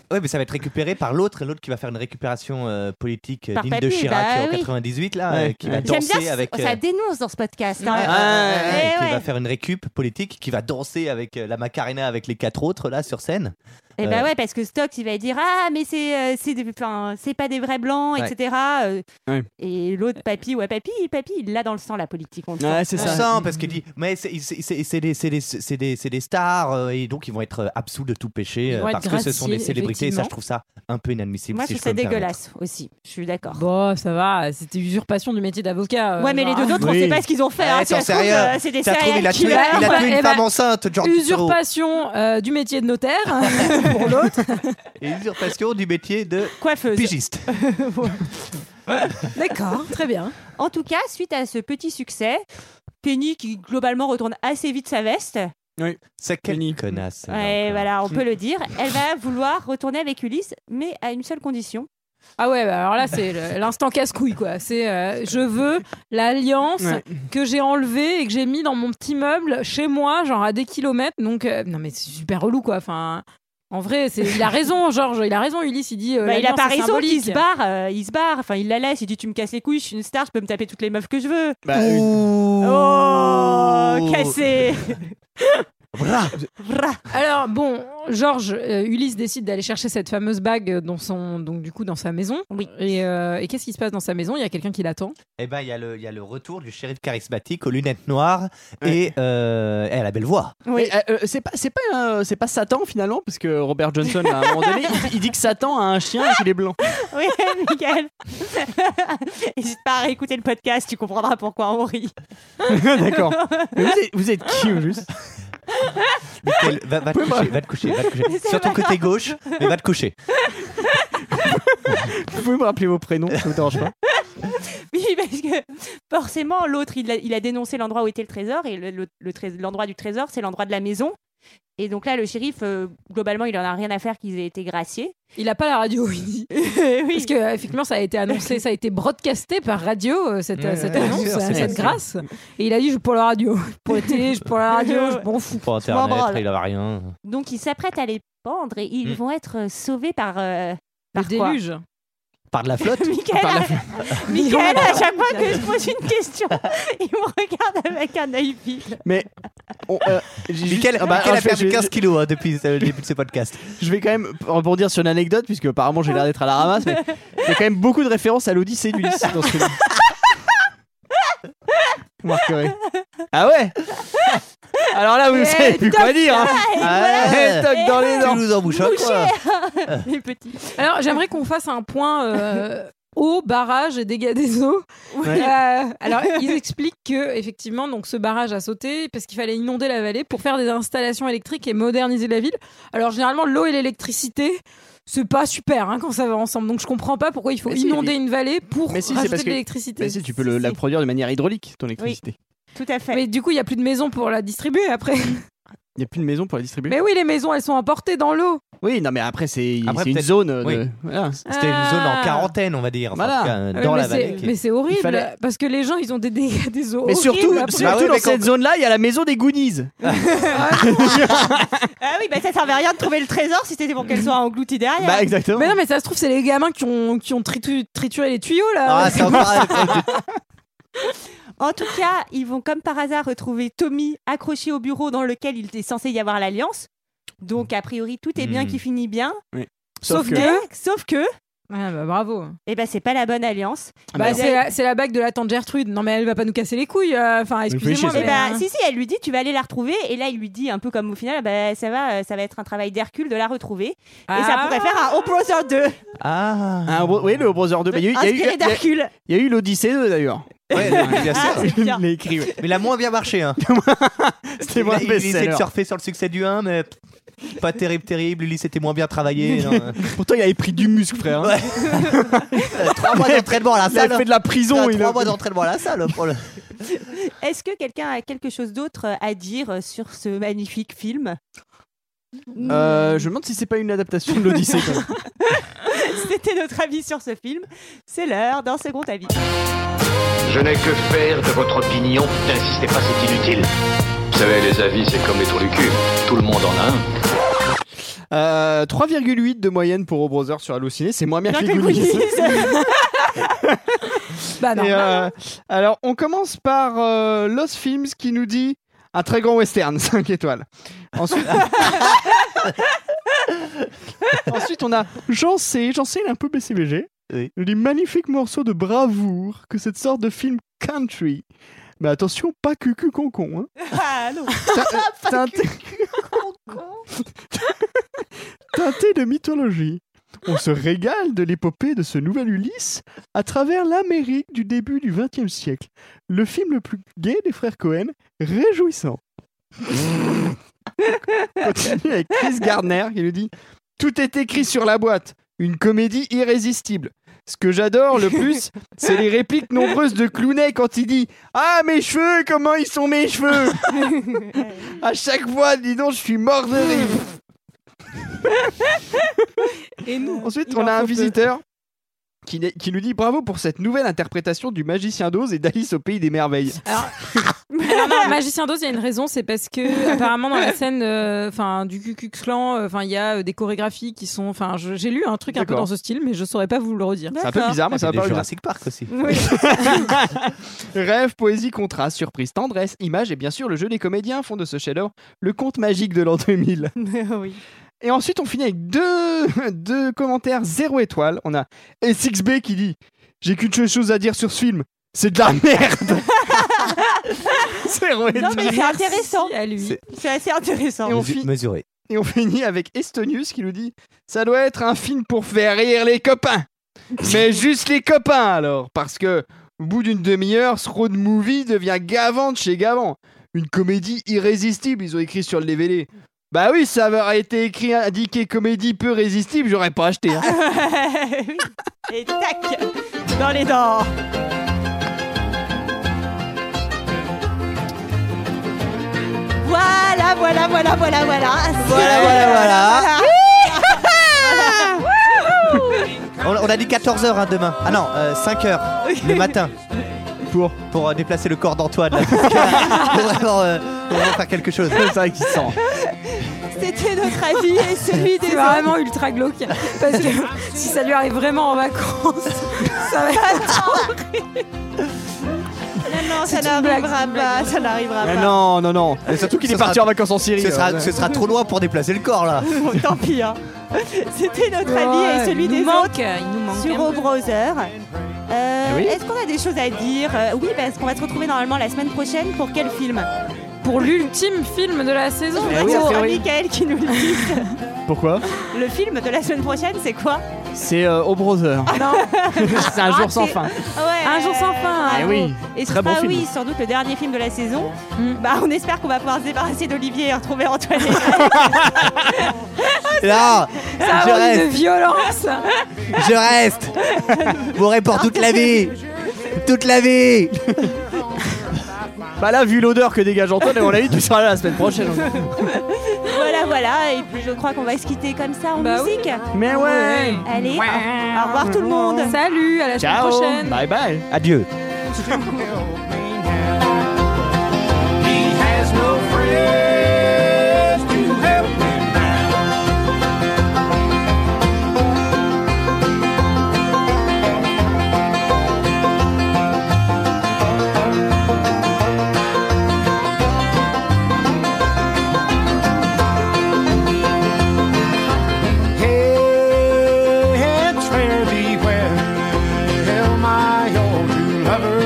Ouais, mais ça va être récupéré par l'autre, et l'autre qui va faire une récupération euh, politique euh, Par digne de papy, Chirac bah euh, en oui. 98, là, euh, Ouais. qui va J'aime J'aime danser bien, avec. ça euh, dénonce dans ce podcast. hein. Ah, ouais, ouais, Eh qui ouais. va faire une récup politique, qui va danser avec euh, la Macarena avec les quatre autres là sur scène. Et Euh, bah ouais, parce que Stokes, il va dire Ah, mais c'est euh, c'est des- enfin, c'est pas des vrais blancs, Ouais. etc. Euh, Ouais. Et l'autre, papy, ouais, papy, papy, il l'a dans le sang, la politique. On le Ouais, sent. c'est on ça. sent, parce qu'il dit, mais c'est c'est- c'est- c'est des, c'est des- c'est des- c'est des stars, euh, et donc ils vont être euh, absous de tout péché, Ils euh, vont être parce que ce sont des graciés, célébrités, et ça effectivement. je trouve ça un peu inadmissible. Moi, si je je trouve ça peux me permettre. dégueulasse aussi. Je suis d'accord. Bon, Ah, bah, ça va, c'était usurpation du métier d'avocat. euh, Ouais, mais les genre, deux hein. autres, on sait pas ce qu'ils ont fait. hein. Ah, Si ça attends, se trouve, sérieux. euh, c'est des Ça se trouve, serial il a tué- killers. il a tué une Eh femme ben, enceinte, George Cicero. Usurpation euh, du métier de notaire pour l'autre. Et usurpation du métier de coiffeuse. Pigiste. D'accord, très bien. En tout cas, suite à ce petit succès, Penny qui globalement retourne assez vite sa veste, Oui. C'est quelle connasse. euh. là, ouais, encore. voilà, on peut le dire, elle va vouloir retourner avec Ulysse, mais à une seule condition. Ah ouais, bah alors là, c'est le- l'instant casse-couille, quoi. C'est euh, je veux l'alliance Ouais. que j'ai enlevée et que j'ai mis dans mon petit meuble chez moi, genre à des kilomètres. Donc, euh, non, mais c'est super relou, quoi. Enfin, en vrai, c'est- il a raison, Georges, il a raison, Ulysse. Il dit. euh, Bah, il a l'alliance pas est raison, il se symbolique. barre, euh, il se barre, enfin il la laisse, il dit tu me casses les couilles, je suis une star, je peux me taper toutes les meufs que je veux. Bah, une- Oh, cassé Alors bon, Georges, euh, Ulysse décide d'aller chercher cette fameuse bague dans son, donc du coup dans sa maison. Oui. Et, euh, et qu'est-ce qui se passe dans sa maison Il y a quelqu'un qui l'attend. Eh ben, il y, a le- il y a le retour du shérif charismatique aux lunettes noires et euh, elle a la belle voix. Et, euh, euh, c'est pas c'est pas euh, c'est pas Satan finalement parce que Robert Johnson là, à un moment donné il, il dit que Satan a un chien et qu'il est blanc. Oui, Michael. N'hésite pas à réécouter le podcast, tu comprendras pourquoi on rit. D'accord. Mais Vous êtes, vous êtes qui au juste Mickaël, va, va te Pouvez-moi coucher, va te coucher, va te coucher. C'est Sur ton pas côté grave. gauche, mais va te coucher. Vous pouvez me rappeler vos prénoms, ça vous dérange pas Oui, parce que forcément, l'autre, il a, il a dénoncé l'endroit où était le trésor, et le- le- le trés- l'endroit du trésor, c'est l'endroit de la maison. Et donc là, le shérif, euh, globalement, il en a rien à faire qu'ils aient été graciés. Il a pas la radio. il dit. Parce que euh, effectivement, ça a été annoncé, ça a été broadcasté par radio euh, cette, Ouais, cette ouais, annonce, hein, bien sûr, euh, Eh, c'est cette bien. grâce. Et il a dit je pour la radio, je pour la télé, je pour la radio, je m'en fous. Pour m'en internet, branle. il a rien. Donc ils s'apprêtent à les pendre et ils Mm. vont être euh, sauvés par. euh, par Le quoi déluge. Par de la flotte Michael, Par de la Michael, à chaque fois que je pose une question, il me regarde avec un œil vide. Mais on, euh, j'ai juste- Michael, ah bah, Michael alors, a je- perdu je- 15 kilos hein, depuis euh, le début de ce podcast. Je vais quand même rebondir sur une anecdote puisque apparemment j'ai l'air d'être à la ramasse mais il y a quand même beaucoup de références à l'Odyssée du lycée dans ce film. Vous remarquerez. Ah ouais Alors là vous Eh, savez plus toc, quoi dire. hein. eh, Ah ouais, voilà. toc dans les dents. Tu nous embouches à quoi Boucher, les petits. Alors j'aimerais qu'on fasse un point euh, eau, barrage et dégâts des eaux. Ouais. Euh, alors ils expliquent que effectivement donc ce barrage a sauté parce qu'il fallait inonder la vallée pour faire des installations électriques et moderniser la ville. Alors généralement l'eau et l'électricité c'est pas super hein, quand ça va ensemble. Donc je comprends pas pourquoi il faut Mais si, inonder mais- une vallée pour Mais si, c'est rajouter parce de que- l'électricité. Mais si tu peux le- la produire de manière hydraulique ton électricité. Tout à fait. Mais du coup il y a plus de maison pour la distribuer après. Il n'y a plus de maison pour la distribuer. Mais oui les maisons elles sont emportées dans l'eau. Oui, non, mais après, c'est Après, c'est une peut-être- zone. de- oui. voilà. C'était une zone en quarantaine, on va dire. Enfin, Voilà. en tout cas, euh, Ah oui, dans Ah. mais la c'est- vallée. qui- Ah. Mais c'est horrible Il fallait- parce que les gens ils ont des dégâts des eaux. Mais surtout, horribles après. Bah Ah surtout dans cette zone-là, il y a la maison des Goonies. Ah oui, bah ça servait à rien de trouver le trésor si c'était pour qu'elle soit engloutie derrière. Bah, exactement. Mais non, mais ça se trouve, c'est les gamins qui ont, qui ont tritu- trituré les tuyaux là. Ah, c'est encore En tout cas, ils vont comme par hasard retrouver Tommy accroché au bureau dans lequel il est censé y avoir l'alliance. Donc a priori, tout est bien Hmm. qui finit bien. Sauf, que. sauf que. Ah bah bravo. Eh ben c'est pas la bonne alliance. Bah, c'est la, c'est la bague de la tante Gertrude. Non mais elle va pas nous casser les couilles. euh, Enfin Oh excusez-moi. Eh mais, ben, euh, si si, elle lui dit tu vas aller la retrouver et là il lui dit un peu comme au final bah, ça va euh, ça va être un travail d'Hercule de la retrouver et ça Ah. pourrait faire un Brother 2. Ah. oui, le Brother 2. Bah, Il y a eu- il y a eu- il y a- Inspiré d'Hercule. il y a eu l'Odyssée 2 d'ailleurs. Ouais, le- bien Ah. sûr. Il l'a écrit, ouais. Mais il a moins bien marché. Hein. C'était Il- moins Il essayait de best-seller. surfer sur le succès du 1, mais pff, pas terrible, terrible. Ulysse était moins bien travaillé. non, euh. Pourtant, il avait pris du muscle, frère. hein. Trois mois d'entraînement à la Il a salle. fait de la prison, Putain, il a- Trois mois d'entraînement à la salle. pour le- Est-ce que quelqu'un a quelque chose d'autre à dire sur ce magnifique film Euh, je me demande si c'est pas une adaptation de l'Odyssée. quand même. C'était notre avis sur ce film. C'est l'heure d'un second avis. Je n'ai que faire de votre opinion. N'insistez pas, c'est inutile. Vous savez, les avis, c'est comme les trous du cul. Tout le monde en a un. Euh, 3,8 de moyenne pour Au Brother sur Allociné, c'est moins bien Ah, que les Goonies. Bah Et, euh, alors, on commence par euh, Los Films qui nous dit un très grand western, 5 étoiles. Ensuite, Ensuite, on a Jean C. Jean C, il est un peu BCBG. Il nous dit magnifique morceau de bravoure que cette sorte de film country. Mais attention, pas cucu concon. Hein. Ah non T'as un thé- teinté de mythologie. On se régale de l'épopée de ce nouvel Ulysse à travers l'Amérique du début du XXe siècle. Le film le plus gai des frères Cohen, réjouissant. On continue avec Chris Gardner qui nous dit Tout est écrit sur la boîte, une comédie irrésistible. Ce que j'adore le plus, c'est les répliques nombreuses de Clooney quand il dit Ah, mes cheveux, comment ils sont mes cheveux À chaque fois, dis donc, je suis mort de rire. Et nous Ensuite, il on en a un faut peu. visiteur qui, n'est- qui nous dit bravo pour cette nouvelle interprétation du magicien d'Oz et d'Alice au pays des merveilles. Alors non, Magicien d'Oz, il y a une raison, c'est parce que apparemment dans la scène, euh, enfin du Ku Klux Klan, euh, enfin il y a euh, des chorégraphies qui sont, enfin je- j'ai lu un truc un peu D'accord. dans ce style, mais je saurais pas vous le redire. C'est un peu bizarre, mais ça va Puis pas les le Jurassic Park aussi. Rêve, poésie, contraste, surprise, tendresse, image et bien sûr le jeu des comédiens font de ce chef-d'œuvre le conte magique de l'an 2000. oui. Et ensuite, on finit avec deux, deux commentaires zéro étoile. On a SXB qui dit J'ai qu'une seule chose à dire sur ce film, c'est de la merde Zéro Non étoile. mais c'est intéressant. C'est- C'est assez intéressant. Et on, Mesu- fi- Mesuré. et on finit avec Estonius qui nous dit Ça doit être un film pour faire rire les copains. Mais juste les copains alors, parce que au bout d'une demi-heure, ce road movie devient gavant de chez gavant. Une comédie irrésistible, ils ont écrit sur le DVD. Bah oui, ça aurait été écrit indiqué comédie peu résistible, j'aurais pas acheté. hein. Oui. Et tac Dans les dents Voilà, voilà, voilà, voilà, voilà Voilà, voilà, voilà. voilà. On, on a dit 14h demain. Ah non, 5h le matin. Pour Pour euh, déplacer le corps d'Antoine. là. Pour vraiment, euh, pour vraiment faire quelque chose. C'est vrai qu'il sent. C'était notre avis et celui des C'est vraiment ultra glauque parce que si ça lui arrive vraiment en vacances, ça va être Non, non, ça C'est une blague, n'arrivera pas, ça n'arrivera Mais pas. non, non, non. surtout qu'il est parti en vacances en Syrie. euh, Ce sera, ce sera trop loin pour déplacer le corps là. Bon, tant pis. hein. C'était notre Ouais, avis et celui il nous des manque, autres il nous manque sur un O Browser. Euh, Eh oui. Est-ce qu'on a des choses à dire Euh, Oui, parce qu'on va se retrouver normalement la semaine prochaine pour quel film Eh pour l'ultime film de la saison. On va dire à Michael qui nous le dit. Pourquoi Le film de la semaine prochaine, c'est quoi C'est euh, au brother. Non. c'est un jour sans C'est- fin. Ouais. Un jour sans fin. Eh Ah oui, Et ce très bon sera, film. oui, sans doute le dernier film de la saison. Mm. Bah, on espère qu'on va pouvoir se débarrasser d'Olivier et retrouver Antoine. Ah, Là, Ça je va de reste. violence. Je reste. Vous pour toute la vie. Toute la vie. Bah là, vu l'odeur que dégage Antoine, à mon avis, tu seras là la semaine prochaine. voilà, voilà. voilà, et puis je crois qu'on va se quitter comme ça en Bah oui. musique. Mais ouais. Allez, au, au revoir tout le monde. Salut, à la Ciao. Bye bye. Adieu. He has no friends to help him now. Hey, it's fair beware, my old true lover.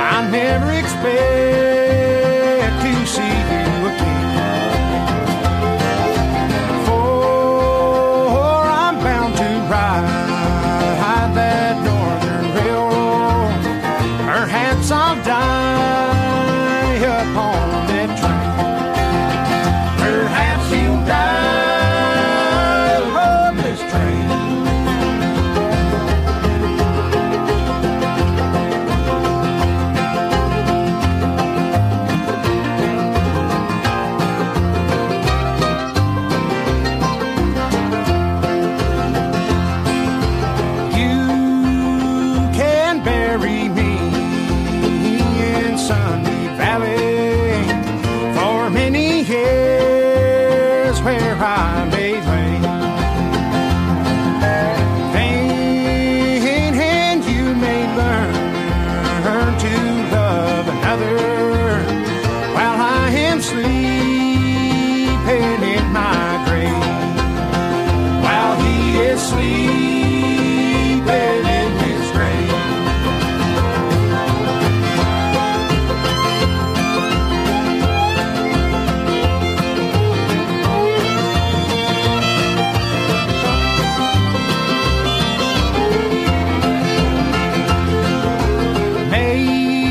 I never expect to see you again. For I'm bound to ride that northern railroad. Perhaps I'll die upon that train. Perhaps you'll die upon this train. can bury me in Sunny Valley for many years where I may lay. Vain and you may learn to love another while I am sleeping in my grave. While he is sleeping in his grave.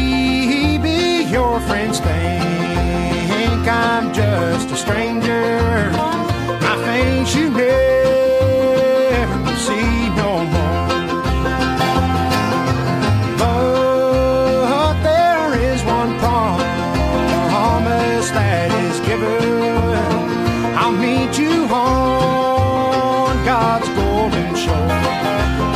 Maybe your friends think I'm just a stranger. My face you never will see no more. But there is one promise that is given. I'll meet you on God's golden shore.